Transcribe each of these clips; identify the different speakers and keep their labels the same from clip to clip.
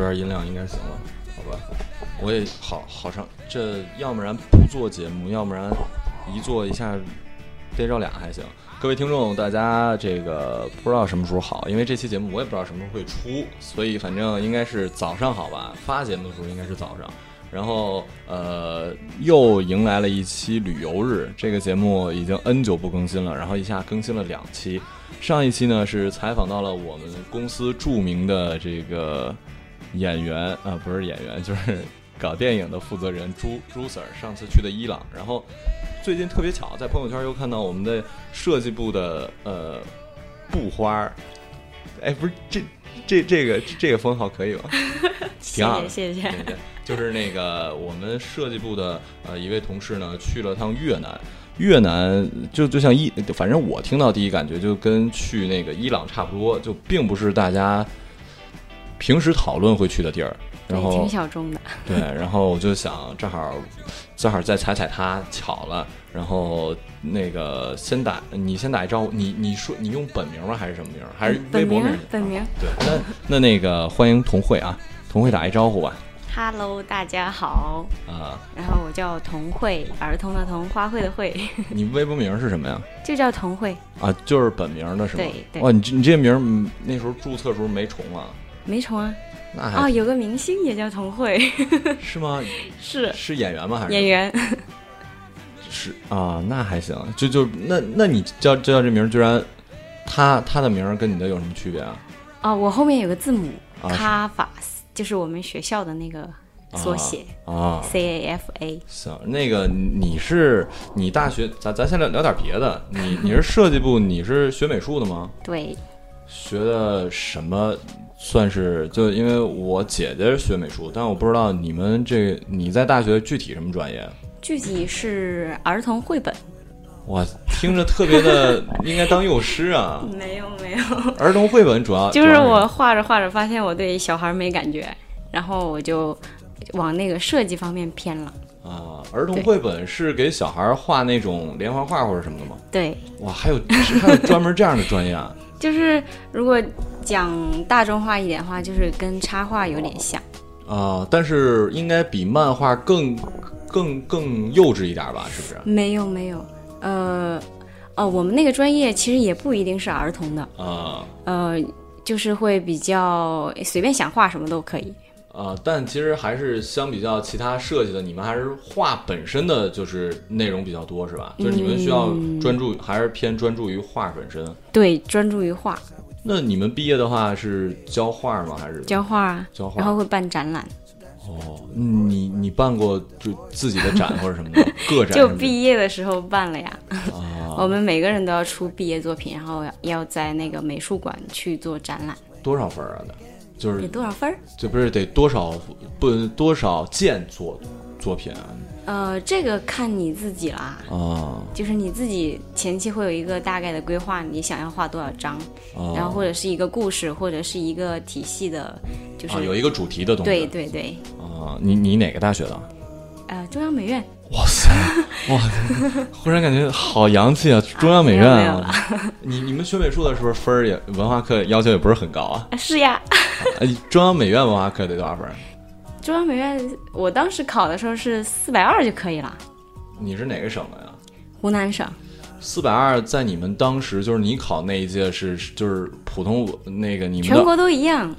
Speaker 1: 呃音量应该行了，好吧？我也好好长，这要不然不做节目，要不然一做一下逮着俩还行。各位听众，大家这个不知道什么时候好，因为这期节目我也不知道什么时候会出，所以反正应该是早上好吧？发节目的时候应该是早上。然后呃，又迎来了一期旅游日，这个节目已经 N 久不更新了，然后一下更新了两期。上一期呢是采访到了我们公司著名的这个演员啊、不是演员，就是搞电影的负责人朱朱 Sir，上次去的伊朗，然后最近特别巧，在朋友圈又看到我们的设计部的呃布花儿，哎，不是这这这个这个封号可以 吗？挺好的，
Speaker 2: 谢谢谢谢
Speaker 1: 对对，就是那个我们设计部的呃一位同事呢去了趟越南，越南就就像伊，反正我听到第一感觉就跟去那个伊朗差不多，就并不是大家平时讨论会去的地儿。然
Speaker 2: 对，
Speaker 1: 后
Speaker 2: 挺小众的。
Speaker 1: 对，然后我就想，正好正好再踩踩他，巧了。然后那个先打你先打一招呼，你你说你用本名吗？还是什么名儿？还是微
Speaker 2: 本
Speaker 1: 博
Speaker 2: 名
Speaker 1: 名
Speaker 2: 儿
Speaker 1: 儿？啊
Speaker 2: 本名儿
Speaker 1: 对，那那那个欢迎童慧啊，童慧打一招呼吧。
Speaker 2: ，Hello，大家好，
Speaker 1: 啊、
Speaker 2: 然后我叫童慧，儿童的童，花卉的卉，
Speaker 1: 你微博名是什么呀？
Speaker 2: 就叫童慧，哦
Speaker 1: 啊，就是本名的是吗？
Speaker 2: 对对
Speaker 1: 哇，你这你这名儿嗯那时候注册时候没重啊？
Speaker 2: 没虫啊。
Speaker 1: 那
Speaker 2: 哦，
Speaker 1: 还
Speaker 2: 有个明星也叫童慧，
Speaker 1: 是吗？
Speaker 2: 是
Speaker 1: 是演员吗？还是
Speaker 2: 演员，
Speaker 1: 是啊，那还行。就就那那你叫就叫这名儿，居然他他的名儿跟你的有什么区别啊？
Speaker 2: 哦，我后面有个字母
Speaker 1: 啊
Speaker 2: 卡法斯，就是我们学校的那个缩写
Speaker 1: 啊，
Speaker 2: C A F A。
Speaker 1: 行，那个你是你大学，咱咱先聊聊点别的。你你是设计部，你是学美术的吗？
Speaker 2: 对，
Speaker 1: 学的什么算是？就因为我姐姐是学美术，但我不知道你们这你在大学具体什么专业。
Speaker 2: 具体是儿童绘本。
Speaker 1: 哇，听着特别的， 应该当幼师啊。
Speaker 2: 没有没有，
Speaker 1: 儿童绘本主要
Speaker 2: 就
Speaker 1: 主
Speaker 2: 是
Speaker 1: 要
Speaker 2: 我画着画着发现我对小孩没感觉，然后我就往那个设计方面偏了。
Speaker 1: 啊，儿童绘本是给小孩画那种连环画或者什么的吗？
Speaker 2: 对，
Speaker 1: 哇，还有 还有专门这样的专业啊？
Speaker 2: 就是如果讲大众化一点的话，就是跟插画有点像。
Speaker 1: 啊，但是应该比漫画更更更幼稚一点吧？是不是？
Speaker 2: 没有没有，呃，哦，我们那个专业其实也不一定是儿童的，
Speaker 1: 啊
Speaker 2: 呃，就是会比较随便想画什么都可以。
Speaker 1: 啊，但其实还是相比较其他设计的，你们还是画本身的就是内容比较多，是吧？
Speaker 2: 嗯
Speaker 1: 就是你们需要专注，还是偏专注于画本身。
Speaker 2: 对，专注于画
Speaker 1: 那你们毕业的话是教画吗？还是
Speaker 2: 教画啊，
Speaker 1: 教画
Speaker 2: 然后会办展览。
Speaker 1: 哦，你你办过就自己的展或者什么 的个展什
Speaker 2: 就
Speaker 1: 么的
Speaker 2: 毕业的时候办了呀，
Speaker 1: 啊，
Speaker 2: 我们每个人都要出毕业作品，然后要要在那个美术馆去做展览。
Speaker 1: 多少分儿啊？得就是
Speaker 2: 有多少分儿？
Speaker 1: 这不是得多少不多少件作作品啊？
Speaker 2: 呃，这个看你自己啦，
Speaker 1: 啊
Speaker 2: 就是你自己前期会有一个大概的规划，你想要画多少张，
Speaker 1: 啊
Speaker 2: 然后或者是一个故事，或者是一个体系的，就是、
Speaker 1: 啊，有一个主题的东西。
Speaker 2: 对对对，
Speaker 1: 啊，你你哪个大学的？
Speaker 2: 呃，中央美院
Speaker 1: 哇 塞，哇，忽然感觉好洋气啊！中央美院
Speaker 2: 没有没有
Speaker 1: 啊，你你们学美术的时候分儿也文化课要求也不是很高啊？
Speaker 2: 啊是呀，
Speaker 1: 哎，中央美院文化课得多少分啊儿？
Speaker 2: 中央美院，我当时考的时候是四百二就可以了，
Speaker 1: 你是哪个省的呀？
Speaker 2: 湖南省。
Speaker 1: 四百二在你们当时就是你考那一届是就是普通那个你们
Speaker 2: 全
Speaker 1: 的
Speaker 2: 国都一样，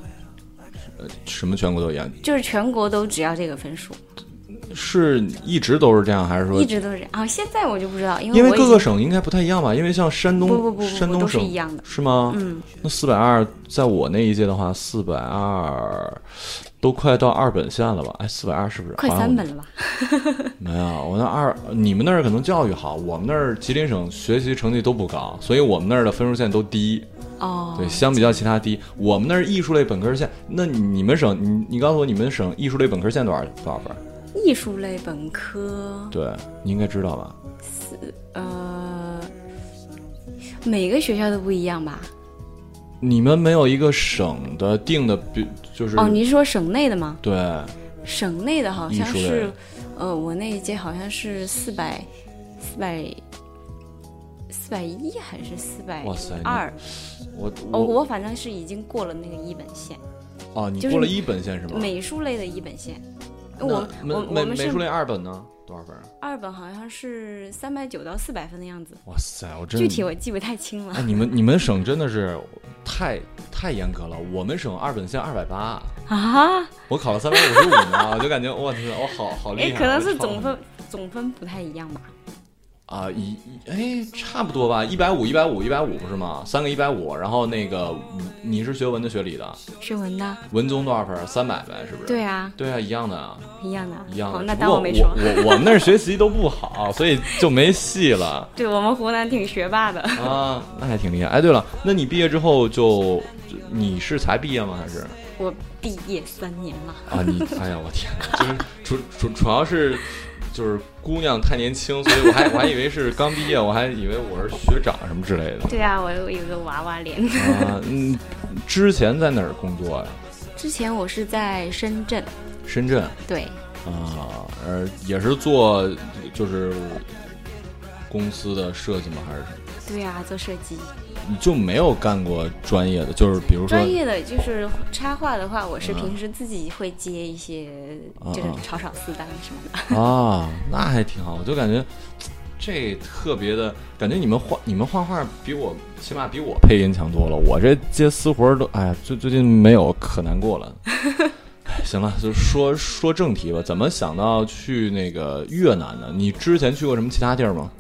Speaker 1: 什么全国都一样，
Speaker 2: 就是全国都只要这个分数，
Speaker 1: 是一直都是这样还是说
Speaker 2: 一直都是这样。啊，现在我就不知道，因为
Speaker 1: 因为
Speaker 2: 我已
Speaker 1: 各
Speaker 2: 经
Speaker 1: 个省应该不太一样吧？因为像山东，
Speaker 2: 不不不不
Speaker 1: 山
Speaker 2: 都
Speaker 1: 东
Speaker 2: 是
Speaker 1: 省
Speaker 2: 一样的
Speaker 1: 是吗？嗯，那四百二，在我那一届的话，四百二都快到二本线了吧？哎，四百二是不是？
Speaker 2: 快
Speaker 1: 好像
Speaker 2: 三本了吧？
Speaker 1: 没有，我那二，你们那儿可能教育好，我们那儿吉林省学习成绩都不高，所以我们那儿的分数线都低，
Speaker 2: 哦，
Speaker 1: 对，相比较其他低。我们那儿艺术类本科线，那你们省，你你告诉我，你们省艺术类本科线多少多少分？
Speaker 2: 艺术类本科，
Speaker 1: 对，你应该知道吧？
Speaker 2: 呃，每个学校都不一样吧？
Speaker 1: 你们没有一个省的定的，比就是
Speaker 2: 哦，你是说省内的吗？
Speaker 1: 对。
Speaker 2: 省内的好像
Speaker 1: 艺术类
Speaker 2: 是，呃，我那一届好像是四百，四百，四百一还是四百
Speaker 1: 哇塞你
Speaker 2: 二？
Speaker 1: 我
Speaker 2: 哦哦，我反正是已经过了那个一本线。
Speaker 1: 哦，你
Speaker 2: 就是
Speaker 1: 过了一本线是吗？
Speaker 2: 美术类的一本线。
Speaker 1: 那
Speaker 2: 我我
Speaker 1: 美
Speaker 2: 我
Speaker 1: 美
Speaker 2: 们
Speaker 1: 美
Speaker 2: 是
Speaker 1: 术类二本呢？多少分啊？
Speaker 2: 二本好像是三百九到四百分的样子，
Speaker 1: 哇塞，我真
Speaker 2: 具体我记不太清了
Speaker 1: 哎，你 们你们省真的是太太严格了。我们省二本线二百八，
Speaker 2: 啊。
Speaker 1: 我考了三百五十五呢，我就感觉我天，我好好厉
Speaker 2: 哎，
Speaker 1: 害。
Speaker 2: 可能
Speaker 1: 我
Speaker 2: 是
Speaker 1: 超
Speaker 2: 总分总分不太一样吧。
Speaker 1: 啊，一一哎差不多吧，一百五一百五一百五不是吗？三个一百五，然后那个嗯你是学文的学理的，
Speaker 2: 学文的，
Speaker 1: 文综多少分？三百呗，是不是？
Speaker 2: 对啊，
Speaker 1: 对啊，一样的啊，
Speaker 2: 一样的。
Speaker 1: 一样的。
Speaker 2: 好，那
Speaker 1: 只
Speaker 2: 当
Speaker 1: 不
Speaker 2: 我
Speaker 1: 过
Speaker 2: 没说
Speaker 1: 我。我我们那儿学习都不好，所以就没戏了。
Speaker 2: 对我们湖南挺学霸的，
Speaker 1: 啊，那还挺厉害。哎，对了，那你毕业之后就你是才毕业吗？还是
Speaker 2: 我毕业三年了。
Speaker 1: 啊？ 你哎呀，我天，就是主主主要是就是姑娘太年轻，所以我还我还以为是刚毕业，我还以为我是学长什么之类的。
Speaker 2: 对啊，我有一个娃娃脸。
Speaker 1: 啊，嗯，之前在哪儿工作呀、
Speaker 2: 之前我是在深圳，
Speaker 1: 深圳
Speaker 2: 对，
Speaker 1: 啊，呃，也是做就是公司的设计吗？还是什么？
Speaker 2: 对啊，做设计。
Speaker 1: 你就没有干过专业的，就是比如说
Speaker 2: 专业的就是插画的话，我是
Speaker 1: 嗯
Speaker 2: 平时自己会接一些
Speaker 1: 嗯
Speaker 2: 就是
Speaker 1: 嗯
Speaker 2: 炒炒四单什么的。
Speaker 1: 啊，那还挺好，我就感觉这特别的感觉，你们画你们画画比我起码比我配音强多了，我这接私活儿都哎呀，最最近没有可难过 了。哎行了，就说说正题吧。怎么想到去那个越南呢？你之前去过什么其他地儿吗？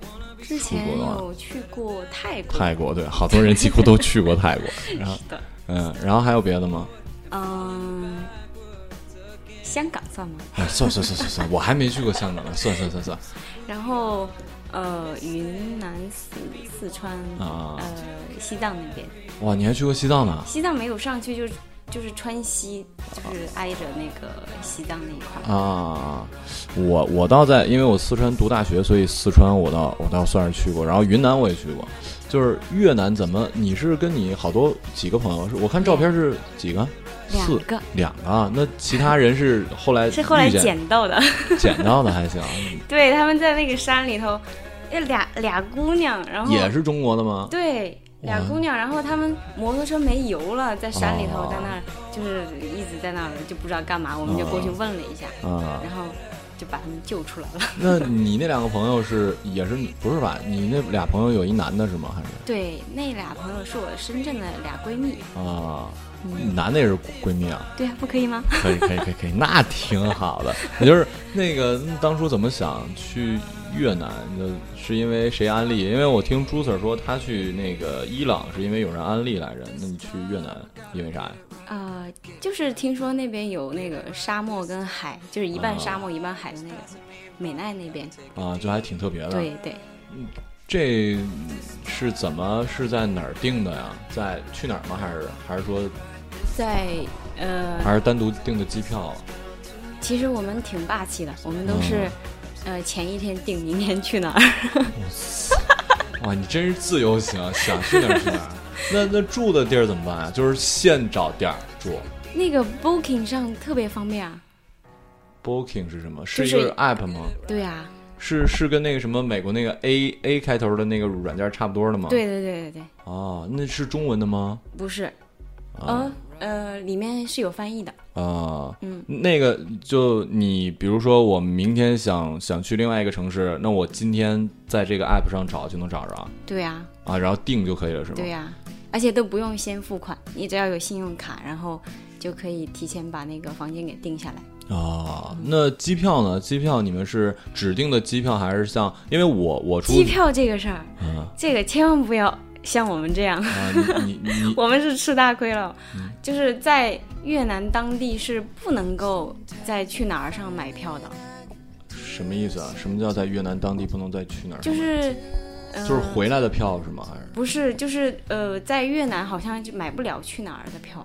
Speaker 2: 之前
Speaker 1: 出国的话
Speaker 2: 有去过泰国，
Speaker 1: 泰国，对，好多人几乎都去过 泰国。然后，
Speaker 2: 的，
Speaker 1: 嗯，然后还有别的吗？
Speaker 2: 嗯，香港算吗？
Speaker 1: 哎，算算算算算，我还没去过香港呢。算算算算
Speaker 2: 然后呃，云南、四四川，
Speaker 1: 啊！
Speaker 2: 呃，西藏那边，
Speaker 1: 哇，你还去过西藏呢？
Speaker 2: 西藏没有上去，就是就是川西，就是挨着那个西藏那一块儿。
Speaker 1: 啊，我我倒在，因为我四川读大学，所以四川我倒我倒算是去过，然后云南我也去过，就是越南怎么？你是跟你好多几个朋友？是我看照片是几个？
Speaker 2: 两
Speaker 1: 四
Speaker 2: 个
Speaker 1: 两个啊。那其他人是后来
Speaker 2: 是后来
Speaker 1: 遇见
Speaker 2: 捡到的，
Speaker 1: 捡到的还行，
Speaker 2: 对，他们在那个山里头，那俩俩姑娘，然后
Speaker 1: 也是中国的吗？
Speaker 2: 对，
Speaker 1: 哇
Speaker 2: 俩姑娘，然后她们摩托车没油了，在山里头，
Speaker 1: 哦
Speaker 2: 在那儿就是一直在那儿就不知道干嘛，我们就过去问了一下，
Speaker 1: 啊，
Speaker 2: 然后就把她们救出来了。
Speaker 1: 那你那两个朋友是也是不是吧？你那俩朋友有一男的是吗？还是
Speaker 2: 对，那俩朋友是我深圳的俩闺蜜，
Speaker 1: 啊，
Speaker 2: 嗯
Speaker 1: 男的也是闺蜜啊？
Speaker 2: 对啊，不可以吗？
Speaker 1: 可以可以可以可以，那挺好的。 也就是那个当初怎么想去越南，就是因为谁安利？因为我听朱 Sir 说他去那个伊朗是因为有人安利来着，那你去越南因为啥呀？
Speaker 2: 呃，就是听说那边有那个沙漠跟海，就是一半沙漠一半海的那个美奈那边，
Speaker 1: 啊，就还挺特别的。，
Speaker 2: 对对，
Speaker 1: 这是怎么是在哪儿定的呀？在去哪儿吗？还是还是说
Speaker 2: 在呃
Speaker 1: 还是单独订的机票？
Speaker 2: 其实我们挺霸气的，我们都是，呃，前一天定明天去哪儿。
Speaker 1: 哇，啊你真是自由行，啊想去哪儿去哪 儿。那那住的地儿怎么办呀？啊就是现找地儿住。
Speaker 2: 那个 Booking 上特别方便啊。
Speaker 1: Booking 是什么？是
Speaker 2: 就
Speaker 1: 一
Speaker 2: 是
Speaker 1: 个 app 吗？
Speaker 2: 对啊，
Speaker 1: 是是跟那个什么美国那个 A A 开头的那个软件差不多的吗？。
Speaker 2: 对对对对对，
Speaker 1: 哦，那是中文的吗？
Speaker 2: 不是，
Speaker 1: 啊
Speaker 2: 呃呃，里面是有翻译的。
Speaker 1: 啊，
Speaker 2: 嗯，
Speaker 1: 那个就你比如说，我明天想想去另外一个城市，那我今天在这个 app 上找就能找着啊
Speaker 2: 对啊，
Speaker 1: 啊，然后定就可以了是吗？
Speaker 2: 对啊，而且都不用先付款，你只要有信用卡，然后就可以提前把那个房间给定下来。
Speaker 1: 啊，那机票呢？机票你们是指定的机票还是像？因为我我出
Speaker 2: 机票这个事儿，
Speaker 1: 啊
Speaker 2: 这个千万不要像我们这样。
Speaker 1: 啊，你你你
Speaker 2: 我们是吃大亏了，哦
Speaker 1: 嗯
Speaker 2: 就是在越南当地是不能够在去哪儿上买票的，
Speaker 1: 什么意思啊？什么叫在越南当地不能再去哪儿？
Speaker 2: 就是，呃、
Speaker 1: 就是回来的票是吗？还是？
Speaker 2: 不是就是呃，在越南好像就买不了去哪儿的票，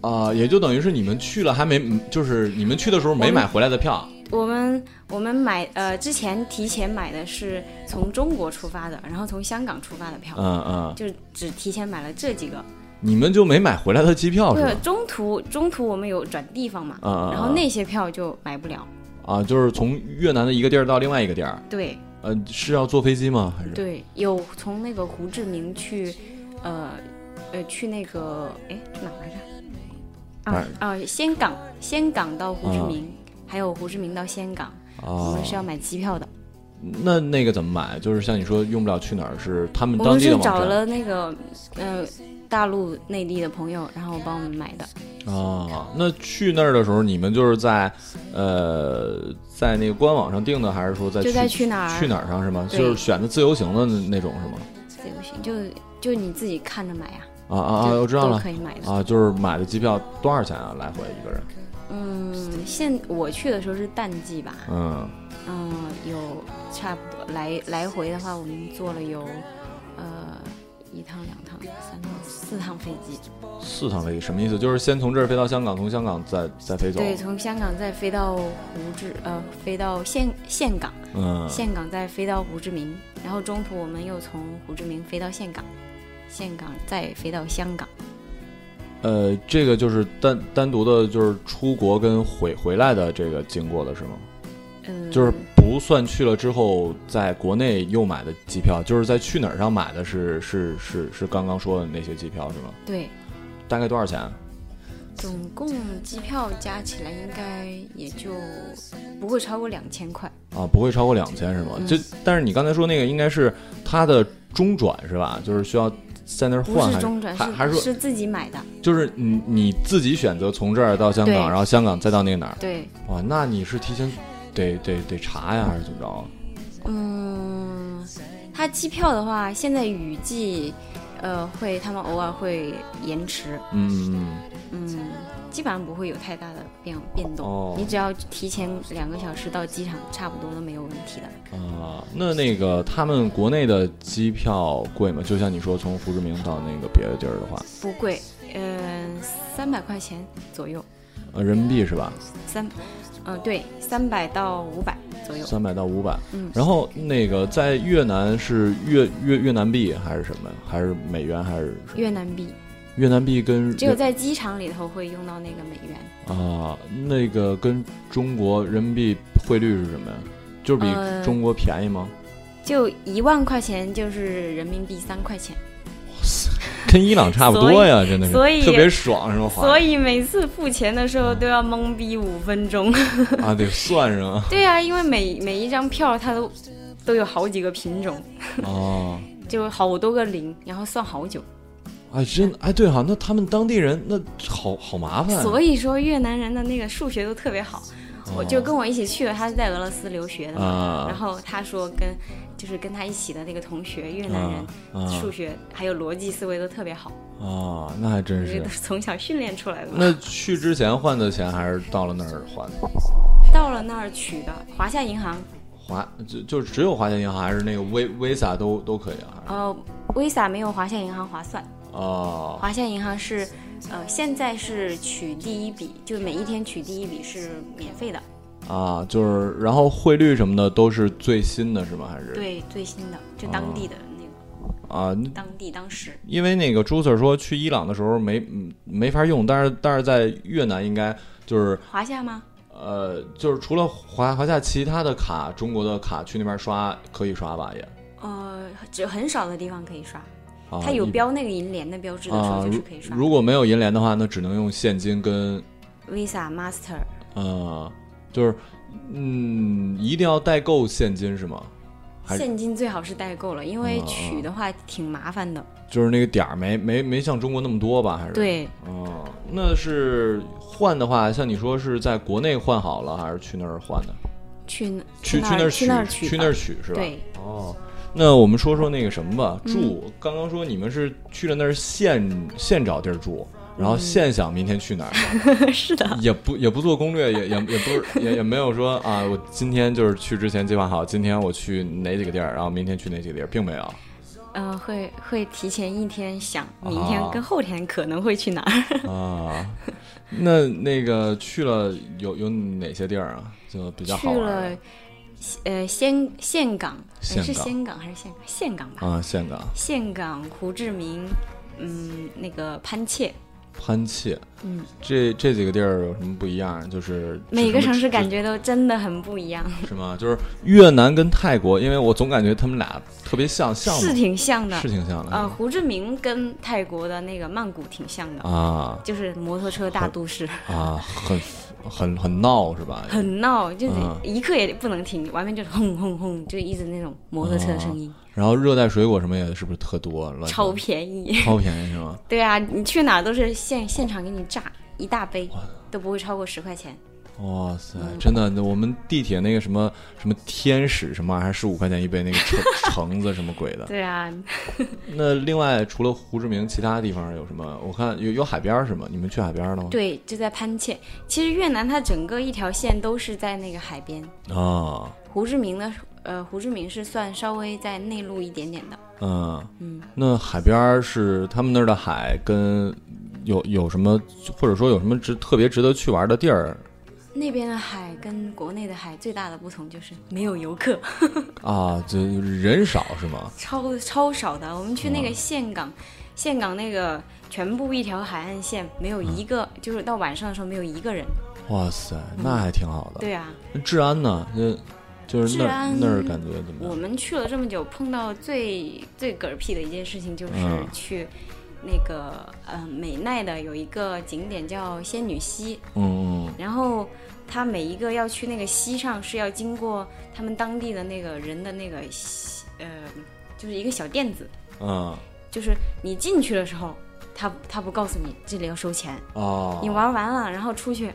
Speaker 1: 啊、也就等于是你们去了还没，就是你们去的时候没买回来的票
Speaker 2: 我们我们买呃之前提前买的是从中国出发的，然后从香港出发的票，
Speaker 1: 嗯嗯，
Speaker 2: 就是只提前买了这几个，
Speaker 1: 你们就没买回来的机票哦是
Speaker 2: 对，
Speaker 1: 吧？
Speaker 2: 中途中途我们有转地方嘛，
Speaker 1: 嗯嗯嗯
Speaker 2: 然后那些票就买不了，
Speaker 1: 啊，就是从越南的一个地儿到另外一个地儿，
Speaker 2: 对。
Speaker 1: 呃，是要坐飞机吗？还是
Speaker 2: 对，有从那个胡志明去，呃，呃，去那个哎，去哪儿来着？啊啊，仙港，仙港到胡志明，还有胡志明到仙港，我
Speaker 1: 啊
Speaker 2: 们，是要买机票的。
Speaker 1: 那那个怎么买？就是像你说用不了去哪儿，是他们
Speaker 2: 我
Speaker 1: 当
Speaker 2: 们
Speaker 1: 地的
Speaker 2: 是
Speaker 1: 网
Speaker 2: 找
Speaker 1: 站
Speaker 2: 了那个呃大陆内地的朋友，然后帮我们买的。
Speaker 1: 啊。那去那儿的时候，你们就是在呃在那个官网上订的，还是说在
Speaker 2: 就在
Speaker 1: 去
Speaker 2: 去哪儿
Speaker 1: 去哪儿上是吗？
Speaker 2: 对
Speaker 1: 就是选的自由行的那那种是吗？
Speaker 2: 自由行，就就你自己看着买呀、
Speaker 1: 啊啊
Speaker 2: 啊
Speaker 1: 啊！我知道
Speaker 2: 都
Speaker 1: 了
Speaker 2: 可以买的。
Speaker 1: 啊，就是买的机票多少钱啊？来回一个人？
Speaker 2: 嗯，现我去的时候是淡季吧，
Speaker 1: 嗯，
Speaker 2: 嗯，有差不多来来回的话，我们坐了有呃一趟、两趟、三趟、四趟飞机。
Speaker 1: 四趟飞机什么意思？就是先从这儿飞到香港，从香港再再飞走。
Speaker 2: 对，从香港再飞到胡志，呃，飞到岘岘港，
Speaker 1: 嗯，
Speaker 2: 岘港再飞到胡志明，然后中途我们又从胡志明飞到岘港，岘港再飞到香港。
Speaker 1: 呃，这个就是单单独的，就是出国跟回回来的这个经过的是吗？
Speaker 2: 嗯，
Speaker 1: 就是不算去了之后，在国内又买的机票，就是在去哪儿上买的是是是是刚刚说的那些机票是吗？
Speaker 2: 对，
Speaker 1: 大概多少钱？啊
Speaker 2: 总共机票加起来应该也就不会超过两千块。
Speaker 1: 啊，不会超过两千是吗？
Speaker 2: 嗯
Speaker 1: 就但是你刚才说那个应该是它的中转是吧？就是需要在那儿
Speaker 2: 不
Speaker 1: 换
Speaker 2: 是
Speaker 1: 还
Speaker 2: 中转，
Speaker 1: 还还是
Speaker 2: 是
Speaker 1: 说
Speaker 2: 是自己买的。
Speaker 1: 就是你你自己选择从这儿到香港，
Speaker 2: 对
Speaker 1: 然后香港再到那个哪儿？
Speaker 2: 对，
Speaker 1: 哇，那你是提前得得得查呀，还是怎么着啊？
Speaker 2: 嗯，它机票的话，现在雨季，呃，会他们偶尔会延迟，
Speaker 1: 嗯嗯
Speaker 2: 嗯，基本上不会有太大的变变动。
Speaker 1: 哦
Speaker 2: 你只要提前两个小时到机场，差不多都没有问题的。
Speaker 1: 啊，那那个他们国内的机票贵吗？就像你说从胡志明到那个别的地儿的话，
Speaker 2: 不贵，嗯、三百块钱左右，
Speaker 1: 呃，人民币是吧？
Speaker 2: 三，嗯、对，三百到五百左右。
Speaker 1: 三百到五百。
Speaker 2: 嗯
Speaker 1: 然后那个在越南是越越越南币还是什么？还是美元还是什么
Speaker 2: 越南币
Speaker 1: 越南币跟
Speaker 2: 只有在机场里头会用到那个美元，
Speaker 1: 啊那个跟中国人民币汇率是什么呀？就是比
Speaker 2: 呃
Speaker 1: 中国便宜吗？
Speaker 2: 就一万块钱就是人民币三块钱。
Speaker 1: 跟伊朗差不多呀，真的是，
Speaker 2: 所以
Speaker 1: 特别爽是吗？
Speaker 2: 所以每次付钱的时候都要懵逼五分钟。
Speaker 1: 啊，得算上啊
Speaker 2: 对啊，因为每每一张票它都都有好几个品种，
Speaker 1: 哦。
Speaker 2: 就好多个零，然后算好久。
Speaker 1: 哎，真哎，对哈、那他们当地人那好好麻烦啊，
Speaker 2: 所以说越南人的那个数学都特别好。我就
Speaker 1: 哦
Speaker 2: 跟我一起去的，他是在俄罗斯留学的嘛，
Speaker 1: 啊
Speaker 2: 然后他说跟就是跟他一起的那个同学越南
Speaker 1: 啊
Speaker 2: 人。
Speaker 1: 啊
Speaker 2: 数学还有逻辑思维都特别好，
Speaker 1: 啊，那还真
Speaker 2: 因为
Speaker 1: 是
Speaker 2: 都。是从小训练出来的嘛。
Speaker 1: 那去之前换的钱还是到了那儿换的？
Speaker 2: 到了那儿取的华夏银行，
Speaker 1: 华就就只有华夏银行还是那个 V Visa 都都可以啊？
Speaker 2: 呃，Visa 没有华夏银行划算。
Speaker 1: 哦
Speaker 2: 华夏银行是，呃，现在是取第一笔，就每一天取第一笔是免费的，
Speaker 1: 啊，就是然后汇率什么的都是最新的是吗？还是
Speaker 2: 对，最新的，就当地的那个，
Speaker 1: 啊？那
Speaker 2: 当地当时，
Speaker 1: 因为那个朱 Sir 说去伊朗的时候没嗯没法用，但是但是在越南应该就是
Speaker 2: 华夏吗？
Speaker 1: 呃，就是除了华华夏其他的卡，中国的卡去那边刷可以刷吧也？
Speaker 2: 呃，只有很少的地方可以刷，
Speaker 1: 啊，
Speaker 2: 它有
Speaker 1: 一
Speaker 2: 标那个银联的标志的时
Speaker 1: 啊
Speaker 2: 候，就
Speaker 1: 如
Speaker 2: 是可以刷、
Speaker 1: 如果没有银联的话，那只能用现金跟
Speaker 2: Visa、Master，
Speaker 1: 呃，就是嗯，一定要代购现金是吗？还哦是
Speaker 2: 现金最好是代购了，因为取的话挺麻烦的。
Speaker 1: 就是那个点儿没没没像中国那么多吧？还是？
Speaker 2: 对，
Speaker 1: 哦、那是换的话，像你说是在国内换好了，还是去那儿换的？
Speaker 2: 去那
Speaker 1: 去
Speaker 2: 那
Speaker 1: 那
Speaker 2: 儿
Speaker 1: 儿
Speaker 2: 去
Speaker 1: 取
Speaker 2: 那儿取
Speaker 1: 去
Speaker 2: 吧
Speaker 1: 那儿取是吧？
Speaker 2: 对，嗯
Speaker 1: 哦，那我们说说那个什么吧，住。刚刚说你们是去了那儿现现找地儿住，然后现想明天去哪儿，
Speaker 2: 嗯 是的，
Speaker 1: 也不也不做攻略，也也也不是也也没有说啊，我今天就是去之前计划好，今天我去哪几个地儿，然后明天去哪几个地儿，并没有。
Speaker 2: 呃，会会提前一天想，明天
Speaker 1: 啊
Speaker 2: 跟后天可能会去哪儿。
Speaker 1: 啊，那那个去了有有哪些地儿啊？就比较好
Speaker 2: 去
Speaker 1: 玩儿
Speaker 2: 了
Speaker 1: 的，
Speaker 2: 呃，仙岘港，
Speaker 1: 岘
Speaker 2: 哎是
Speaker 1: 港啊
Speaker 2: 仙港还是岘港？岘港吧，
Speaker 1: 啊，岘港
Speaker 2: 岘港、胡志明，嗯，那个潘切，
Speaker 1: 潘切，
Speaker 2: 嗯，
Speaker 1: 这这几个地儿有什么不一样？就是
Speaker 2: 每个城市感
Speaker 1: 觉
Speaker 2: 觉都真的很不一样，
Speaker 1: 是吗？就是越南跟泰国，因为我总感觉他们俩特别像，像吗
Speaker 2: 是挺像的
Speaker 1: 是。挺像的
Speaker 2: 呃，胡志明跟泰国的那个曼谷挺像的，
Speaker 1: 啊
Speaker 2: 就是摩托车大都市，
Speaker 1: 啊，很很很闹是吧？
Speaker 2: 很闹，就是
Speaker 1: 嗯
Speaker 2: 一刻也不能停，完全就是轰轰轰，就一直那种摩托车的声音，
Speaker 1: 然后热带水果什么也是不是特多？乱七八
Speaker 2: 超
Speaker 1: 糟
Speaker 2: 便宜。
Speaker 1: 超便宜是吗？
Speaker 2: 对啊，你去哪儿都是现现场给你榨一大杯，都不会超过十块钱。
Speaker 1: 哇塞，
Speaker 2: 嗯
Speaker 1: 真的，我们地铁那个什么什么天使什么玩意儿，还十五块钱一杯那个 橙橙子什么鬼的。
Speaker 2: 对啊，
Speaker 1: 那另外除了胡志明，其他地方有什么？我看有有海边儿是吗？你们去海边儿了吗？
Speaker 2: 对，就在潘切。其实越南它整个一条线都是在那个海边，
Speaker 1: 啊，
Speaker 2: 胡志明的呃，胡志明是算稍微在内陆一点点的。
Speaker 1: 嗯
Speaker 2: 嗯，
Speaker 1: 那海边儿是他们那儿的海跟有有什么，或者说有什么值特别值得去玩的地儿
Speaker 2: 那边的海跟国内的海最大的不同就是没有游客，
Speaker 1: 啊？这人少是吗？
Speaker 2: 超超少的。我们去那个岘港，岘港那个全部一条海岸线没有一个，就是到晚上的时候没有一个人。
Speaker 1: 哇塞，那还挺好的。
Speaker 2: 对啊，
Speaker 1: 那治安呢？那就是那
Speaker 2: 治
Speaker 1: 儿
Speaker 2: 安
Speaker 1: 那儿感觉怎么
Speaker 2: 我
Speaker 1: 样？
Speaker 2: 们去了这么久，碰到最最嗝屁的一件事情就是
Speaker 1: 嗯
Speaker 2: 去那个、呃美奈的有一个景点叫仙女溪，
Speaker 1: 嗯嗯。
Speaker 2: 然后它每一个要去那个溪上是要经过他们当地的那个人的那个溪呃，就是一个小店子，
Speaker 1: 嗯
Speaker 2: 就是你进去的时候，他他不告诉你这里要收钱，
Speaker 1: 哦，
Speaker 2: 你玩完了然后出去。